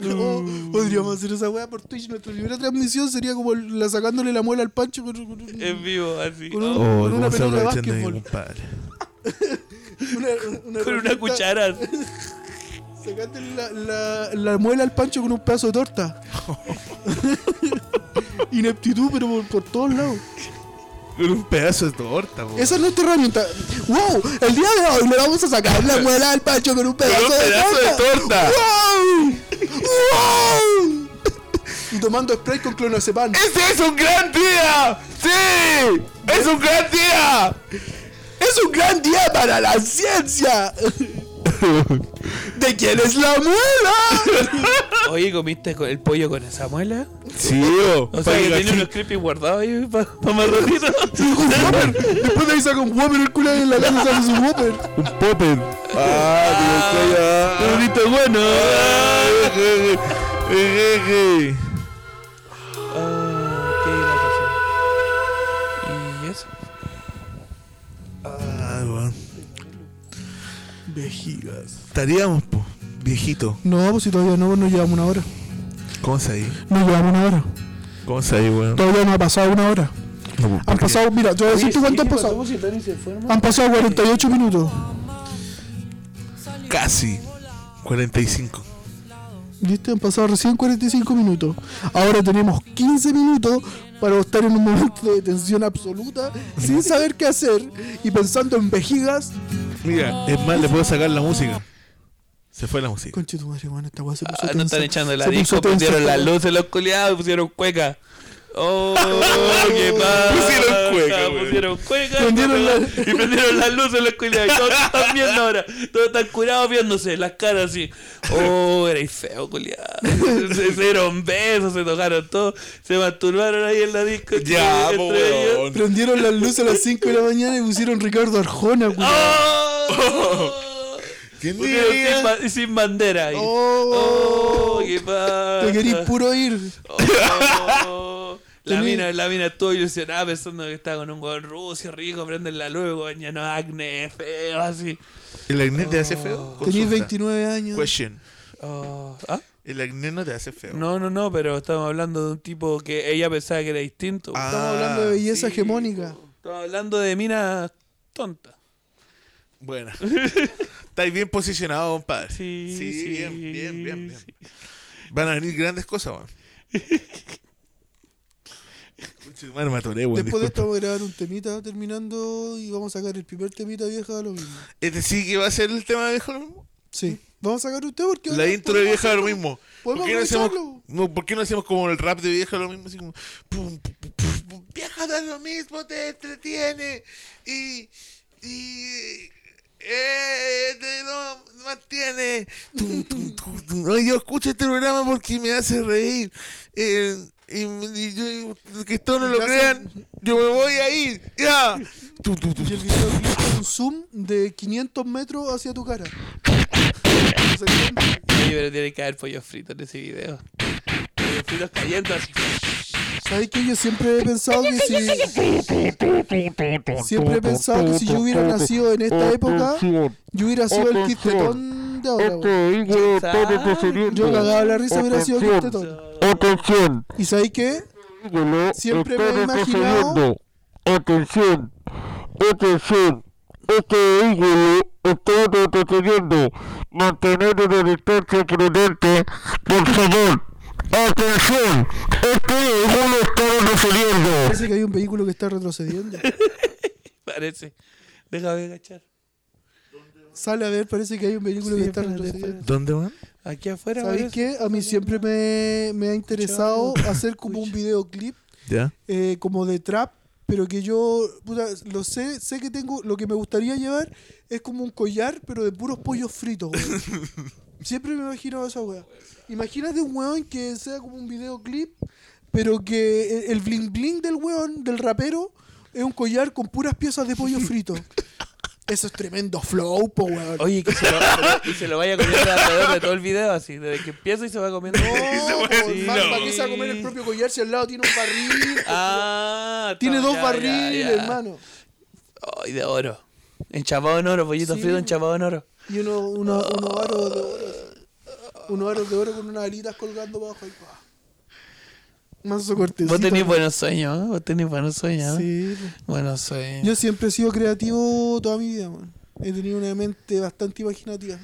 [SPEAKER 2] No, Oh, podríamos hacer esa weá por Twitch. Nuestra primera transmisión sería como la sacándole la muela al pancho con, con un-
[SPEAKER 3] En vivo, así.
[SPEAKER 2] Con
[SPEAKER 3] Ah,
[SPEAKER 1] Oh,
[SPEAKER 2] Con una
[SPEAKER 1] ¿cómo se
[SPEAKER 2] pelota de
[SPEAKER 1] aprovechan de mi
[SPEAKER 2] básquetbol.
[SPEAKER 1] compadre?
[SPEAKER 2] una, una
[SPEAKER 3] con una
[SPEAKER 2] herramienta,
[SPEAKER 3] cuchara.
[SPEAKER 2] Sacándole la, la- la muela al pancho con un pedazo de torta. Ineptitud, pero por, por todos lados.
[SPEAKER 1] Con un pedazo de torta, po.
[SPEAKER 2] Esa es nuestra herramienta. ¡Wow! El día de hoy le vamos a sacar la muela al pancho con un pedazo,
[SPEAKER 1] Con un pedazo
[SPEAKER 2] de
[SPEAKER 1] de
[SPEAKER 2] torta.
[SPEAKER 1] torta.
[SPEAKER 2] ¡Wow! ¡Wow! Y tomando spray con clonazepam.
[SPEAKER 1] ¡Ese es un gran día! ¡Sí! ¡Es un gran día!
[SPEAKER 2] Es un gran día para la ciencia. ¿De quién es la muela?
[SPEAKER 3] Oye, ¿comiste co- el pollo con esa muela?
[SPEAKER 1] Sí, yo.
[SPEAKER 3] O sea, que tiene unos creepy guardados ahí para pa más ratito.
[SPEAKER 2] Después de ahí saca un Whopper el culo en la casa saca su Whopper.
[SPEAKER 1] Un popper. ¡Ah, tío,
[SPEAKER 3] Un grito bueno.
[SPEAKER 1] estoy ya!
[SPEAKER 3] Ah, ok, la canción. Y eso.
[SPEAKER 1] Ah, weón.
[SPEAKER 2] Vejigas.
[SPEAKER 1] Estaríamos, po. Viejito.
[SPEAKER 2] No, pues si todavía no, no llevamos una hora.
[SPEAKER 1] ¿Cómo se ahí?
[SPEAKER 2] No llevamos una hora.
[SPEAKER 1] ¿Cómo se ahí, weón?
[SPEAKER 2] Todavía no ha pasado una hora. Han pasado, mira, te voy a decirte cuánto han pasado. Han pasado 48 minutos.
[SPEAKER 1] Casi. 45.
[SPEAKER 2] ¿Viste? Han pasado recién 45 minutos. Ahora tenemos 15 minutos para estar en un momento de tensión absoluta, sin saber qué hacer y pensando en vejigas.
[SPEAKER 1] Mira, es más, le puedo sacar la música. Se fue la música.
[SPEAKER 2] Conche tu madre, weón, esta weá se puso
[SPEAKER 3] Ah, no
[SPEAKER 2] tensa.
[SPEAKER 3] están echando la
[SPEAKER 2] Se puso
[SPEAKER 3] disco,
[SPEAKER 2] tensa
[SPEAKER 3] pusieron
[SPEAKER 2] esta
[SPEAKER 3] las
[SPEAKER 2] weá.
[SPEAKER 3] luces los culiados, pusieron cueca. Oh, qué pasa.
[SPEAKER 1] Pusieron cueca, güey.
[SPEAKER 3] ah, pusieron cueca.
[SPEAKER 2] Prendieron la-
[SPEAKER 3] Y prendieron las luces los culiados. Y todos están viendo ahora. Todos están curados viéndose las caras así. Oh, erais feo, culiado. Se hicieron besos, se tocaron todos. Se masturbaron ahí en la disco.
[SPEAKER 1] Ya,
[SPEAKER 3] entre
[SPEAKER 1] po,
[SPEAKER 2] pues,
[SPEAKER 3] ellos.
[SPEAKER 1] weón.
[SPEAKER 2] Prendieron las luces a las 5 de la mañana y pusieron Ricardo Arjona, weón.
[SPEAKER 3] Oh,
[SPEAKER 6] ¿Quién
[SPEAKER 3] Pusieron sin,
[SPEAKER 6] diría?
[SPEAKER 3] ba- sin bandera ahí.
[SPEAKER 2] Oh,
[SPEAKER 3] Oh, qué pasa.
[SPEAKER 2] te querís puro ir.
[SPEAKER 3] Oh, la
[SPEAKER 2] Tenés-
[SPEAKER 3] mina, la mina estuvo ilusionada pensando que estaba con un weón ruso, rico, prenden la luz, weón, ya no acné, feo, así.
[SPEAKER 1] ¿El acné te hace feo?
[SPEAKER 2] Tenís
[SPEAKER 1] Consulta.
[SPEAKER 2] 29 años.
[SPEAKER 1] Question.
[SPEAKER 3] Oh, ¿ah?
[SPEAKER 1] ¿El acné no te hace feo?
[SPEAKER 3] No, no, no, pero estamos hablando de un tipo que ella pensaba que era distinto.
[SPEAKER 1] Ah,
[SPEAKER 2] Estamos hablando de belleza
[SPEAKER 3] sí,
[SPEAKER 2] hegemónica.
[SPEAKER 3] Estamos hablando de minas tontas.
[SPEAKER 1] Bueno. Estáis bien posicionado, compadre.
[SPEAKER 3] Sí, sí,
[SPEAKER 1] bien, bien, bien, bien. Van a venir grandes cosas, weón. Conche tu madre, me atoré, weón,
[SPEAKER 2] Después
[SPEAKER 1] disculpa.
[SPEAKER 2] de esto vamos a grabar un temita terminando y vamos a sacar el primer temita vieja de lo mismo.
[SPEAKER 1] ¿Este sí que va a ser el tema de viejo lo mismo?
[SPEAKER 2] Sí. Vamos a sacar usted porque...
[SPEAKER 1] La
[SPEAKER 2] ahora
[SPEAKER 1] intro de
[SPEAKER 2] podemos
[SPEAKER 1] vieja de lo
[SPEAKER 2] hacerlo.
[SPEAKER 1] mismo. ¿Por
[SPEAKER 2] Podemos
[SPEAKER 1] qué, no hacemos,
[SPEAKER 2] aprovecharlo.
[SPEAKER 1] no, ¿Por qué no hacemos como el rap de vieja de lo mismo? Así como, pum, pum, pum, pum, pum, vieja de lo mismo, te entretiene y. y. eh, te lo mantiene. Tum, tum, tum, tum. Ay, yo escucho este programa porque me hace reír. Eh, y, y yo- que esto no lo
[SPEAKER 2] Me hace-
[SPEAKER 1] crean, yo me voy a ir. ¡Ya! Tum, tum, tum,
[SPEAKER 2] Y el
[SPEAKER 1] tum.
[SPEAKER 2] videoclip con un zoom de 500 metros hacia tu cara.
[SPEAKER 3] Oye, pero tiene que haber pollos fritos en ese video. Pollos fritos cayendo así.
[SPEAKER 2] ¿Sabes que Yo siempre he pensado que si... Siempre he pensado que si yo hubiera nacido en esta época, yo hubiera sido el quistetón de ahora, weón. Yo cagaba la risa, hubiera sido quistetón.
[SPEAKER 10] Atención,
[SPEAKER 2] ¿Y sabes qué?
[SPEAKER 10] ídolo,
[SPEAKER 2] Siempre me he
[SPEAKER 10] está
[SPEAKER 2] imaginado-
[SPEAKER 10] retrocediendo. Atención, atención, este ídolo está retrocediendo. Mantener una distancia prudente, por favor. Atención, este ídolo está retrocediendo.
[SPEAKER 2] Parece que hay un vehículo que está retrocediendo.
[SPEAKER 3] Parece. Déjame agachar.
[SPEAKER 2] Sale a ver, parece que hay un vehículo que está retrocediendo.
[SPEAKER 1] ¿Dónde van?
[SPEAKER 3] Aquí afuera,
[SPEAKER 2] ¿Sabéis
[SPEAKER 3] parece.
[SPEAKER 2] qué? A mí siempre me, me ha interesado hacer como un videoclip
[SPEAKER 1] Ya.
[SPEAKER 2] eh, como de trap, pero que yo, puta, lo sé, sé que tengo, lo que me gustaría llevar es como un collar, pero de puros pollos fritos, weón. Siempre me imagino esa weá. Imagínate un weón que sea como un videoclip, pero que el- el bling bling del weón, del rapero, es un collar con puras piezas de pollo frito. Eso es tremendo flow, po, weón.
[SPEAKER 3] Oye, que se lo, y se lo vaya comiendo alrededor de todo el video, así, desde que empieza y se va comiendo.
[SPEAKER 2] No,
[SPEAKER 1] weón,
[SPEAKER 2] po,
[SPEAKER 1] sí,
[SPEAKER 2] hermano,
[SPEAKER 1] no.
[SPEAKER 2] ¿para qué se va a comer el propio collar si al lado tiene un barril?
[SPEAKER 3] Ah,
[SPEAKER 2] tiene
[SPEAKER 3] no,
[SPEAKER 2] dos
[SPEAKER 3] ya, ya,
[SPEAKER 2] barriles,
[SPEAKER 3] ya.
[SPEAKER 2] hermano.
[SPEAKER 3] Ay, de oro. Enchapado en oro, pollito
[SPEAKER 2] Sí.
[SPEAKER 3] frito enchapado en oro.
[SPEAKER 2] Y uno, uno, unos aros de oro. así. Unos aros de oro con unas alitas colgando bajo ahí. pa. Manso cortecito.
[SPEAKER 3] Vos tenés buenos sueños, ¿eh? Vos tenés buenos sueños, ¿eh?
[SPEAKER 2] Sí, po.
[SPEAKER 3] Buenos sueños.
[SPEAKER 2] Yo siempre he sido creativo toda mi vida, man. He tenido una mente bastante imaginativa.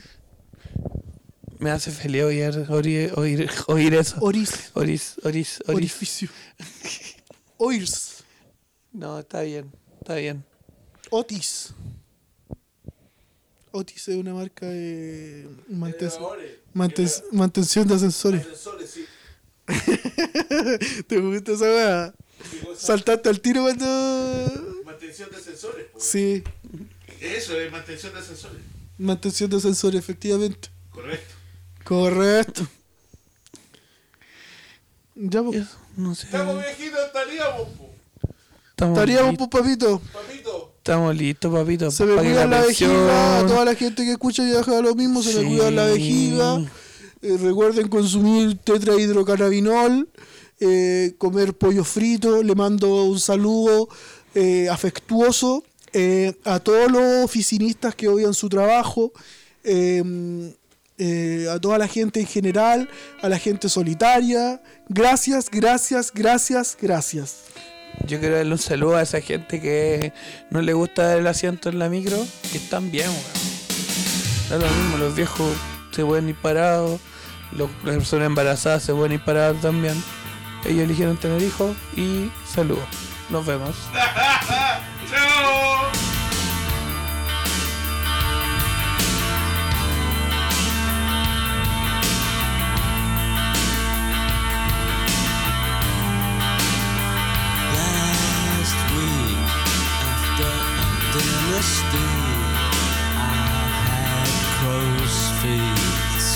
[SPEAKER 3] Me hace feliz oír, oír, oír, oír eso.
[SPEAKER 2] Oris.
[SPEAKER 3] Oris, oris, oris.
[SPEAKER 2] Orificio. Oirs.
[SPEAKER 3] No, está bien, está bien.
[SPEAKER 2] Otis. Otis es una marca de manten- manten- mantención de ascensores. ¿Te gusta esa weá? Saltaste al tiro cuando.
[SPEAKER 1] Mantención de ascensores, pues.
[SPEAKER 2] Sí,
[SPEAKER 1] Eso es mantención de ascensores.
[SPEAKER 2] mantención de ascensores, efectivamente.
[SPEAKER 1] Correcto.
[SPEAKER 2] Correcto. Ya, pues. po.
[SPEAKER 3] Yo no sé.
[SPEAKER 1] Estamos viejitos, estaríamos, po.
[SPEAKER 3] Estamos,
[SPEAKER 2] Estaríamos,
[SPEAKER 3] listos,
[SPEAKER 2] pues, papito.
[SPEAKER 1] papito.
[SPEAKER 3] estamos listos, papito.
[SPEAKER 2] Se me
[SPEAKER 3] pa' que
[SPEAKER 2] cuida la vejiga. A
[SPEAKER 3] presión-
[SPEAKER 2] toda la gente que escucha y deja lo mismo, se me cuida la
[SPEAKER 3] Sí.
[SPEAKER 2] vejiga. Eh, recuerden consumir tetrahidrocannabinol, eh, comer pollo frito. Le mando un saludo eh, afectuoso eh, a todos los oficinistas que odian su trabajo, eh, eh, a toda la gente en general, a la gente solitaria. Gracias, gracias, gracias, gracias.
[SPEAKER 3] Yo quiero darle un saludo a esa gente que no le gusta el asiento en la micro, que están bien, weón. Da lo mismo, los viejos se pueden ir parados, los- las personas embarazadas se pueden ir paradas también. Ellos eligieron tener hijos y saludos. Nos vemos.
[SPEAKER 11] Last week, after ending a steam, I had crow's feet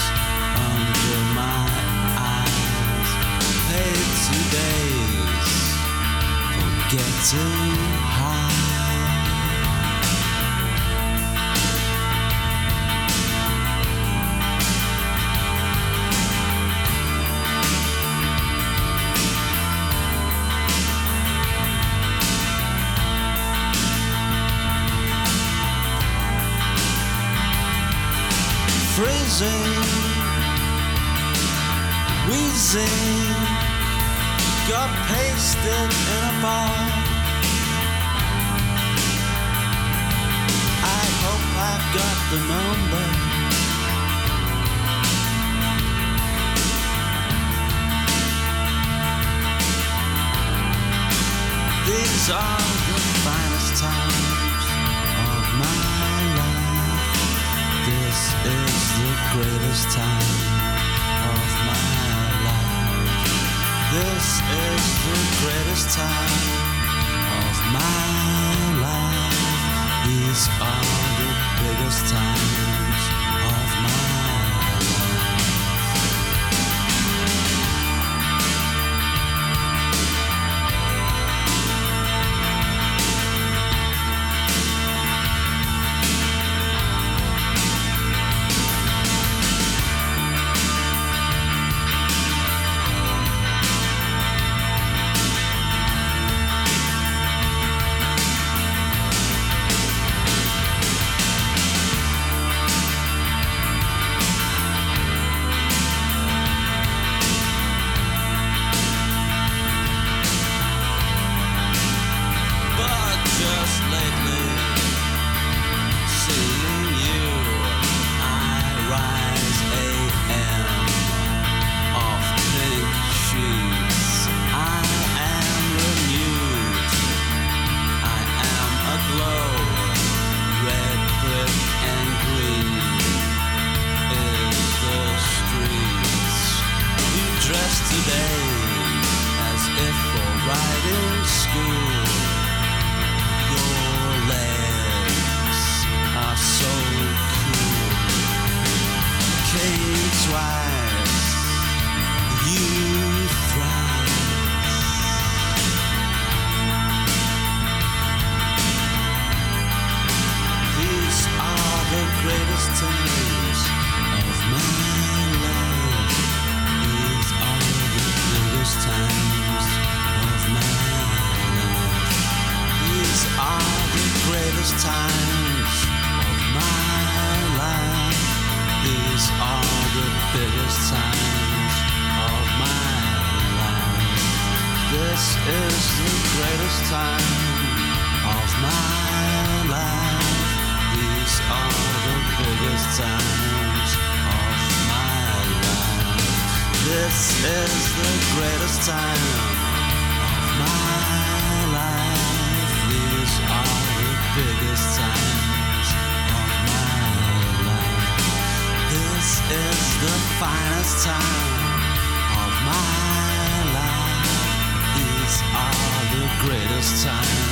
[SPEAKER 11] under my eyes. Paid two days for getting high. freezing, wheezing, got pasted in a bar. I hope I've got the number. These are the finest times of my life. This is the greatest time of my life. This is the greatest time of my life. These are the biggest times of my life. But just lately, seeing you, I rise a.m. off pink sheets. I am renewed. I am aglow, red, brick, and green is the streets. You dress today as if for riding school. Your legs are so cool. Came twice, you thrice. These are the greatest times of my life. These are the biggest times of my life. These are the greatest times of my life. These are the biggest times of my life. This is the greatest time of my life. These are the biggest times of my life. This is the greatest time of my life. These are the biggest times of my life. This is the finest time of my life. These are the greatest times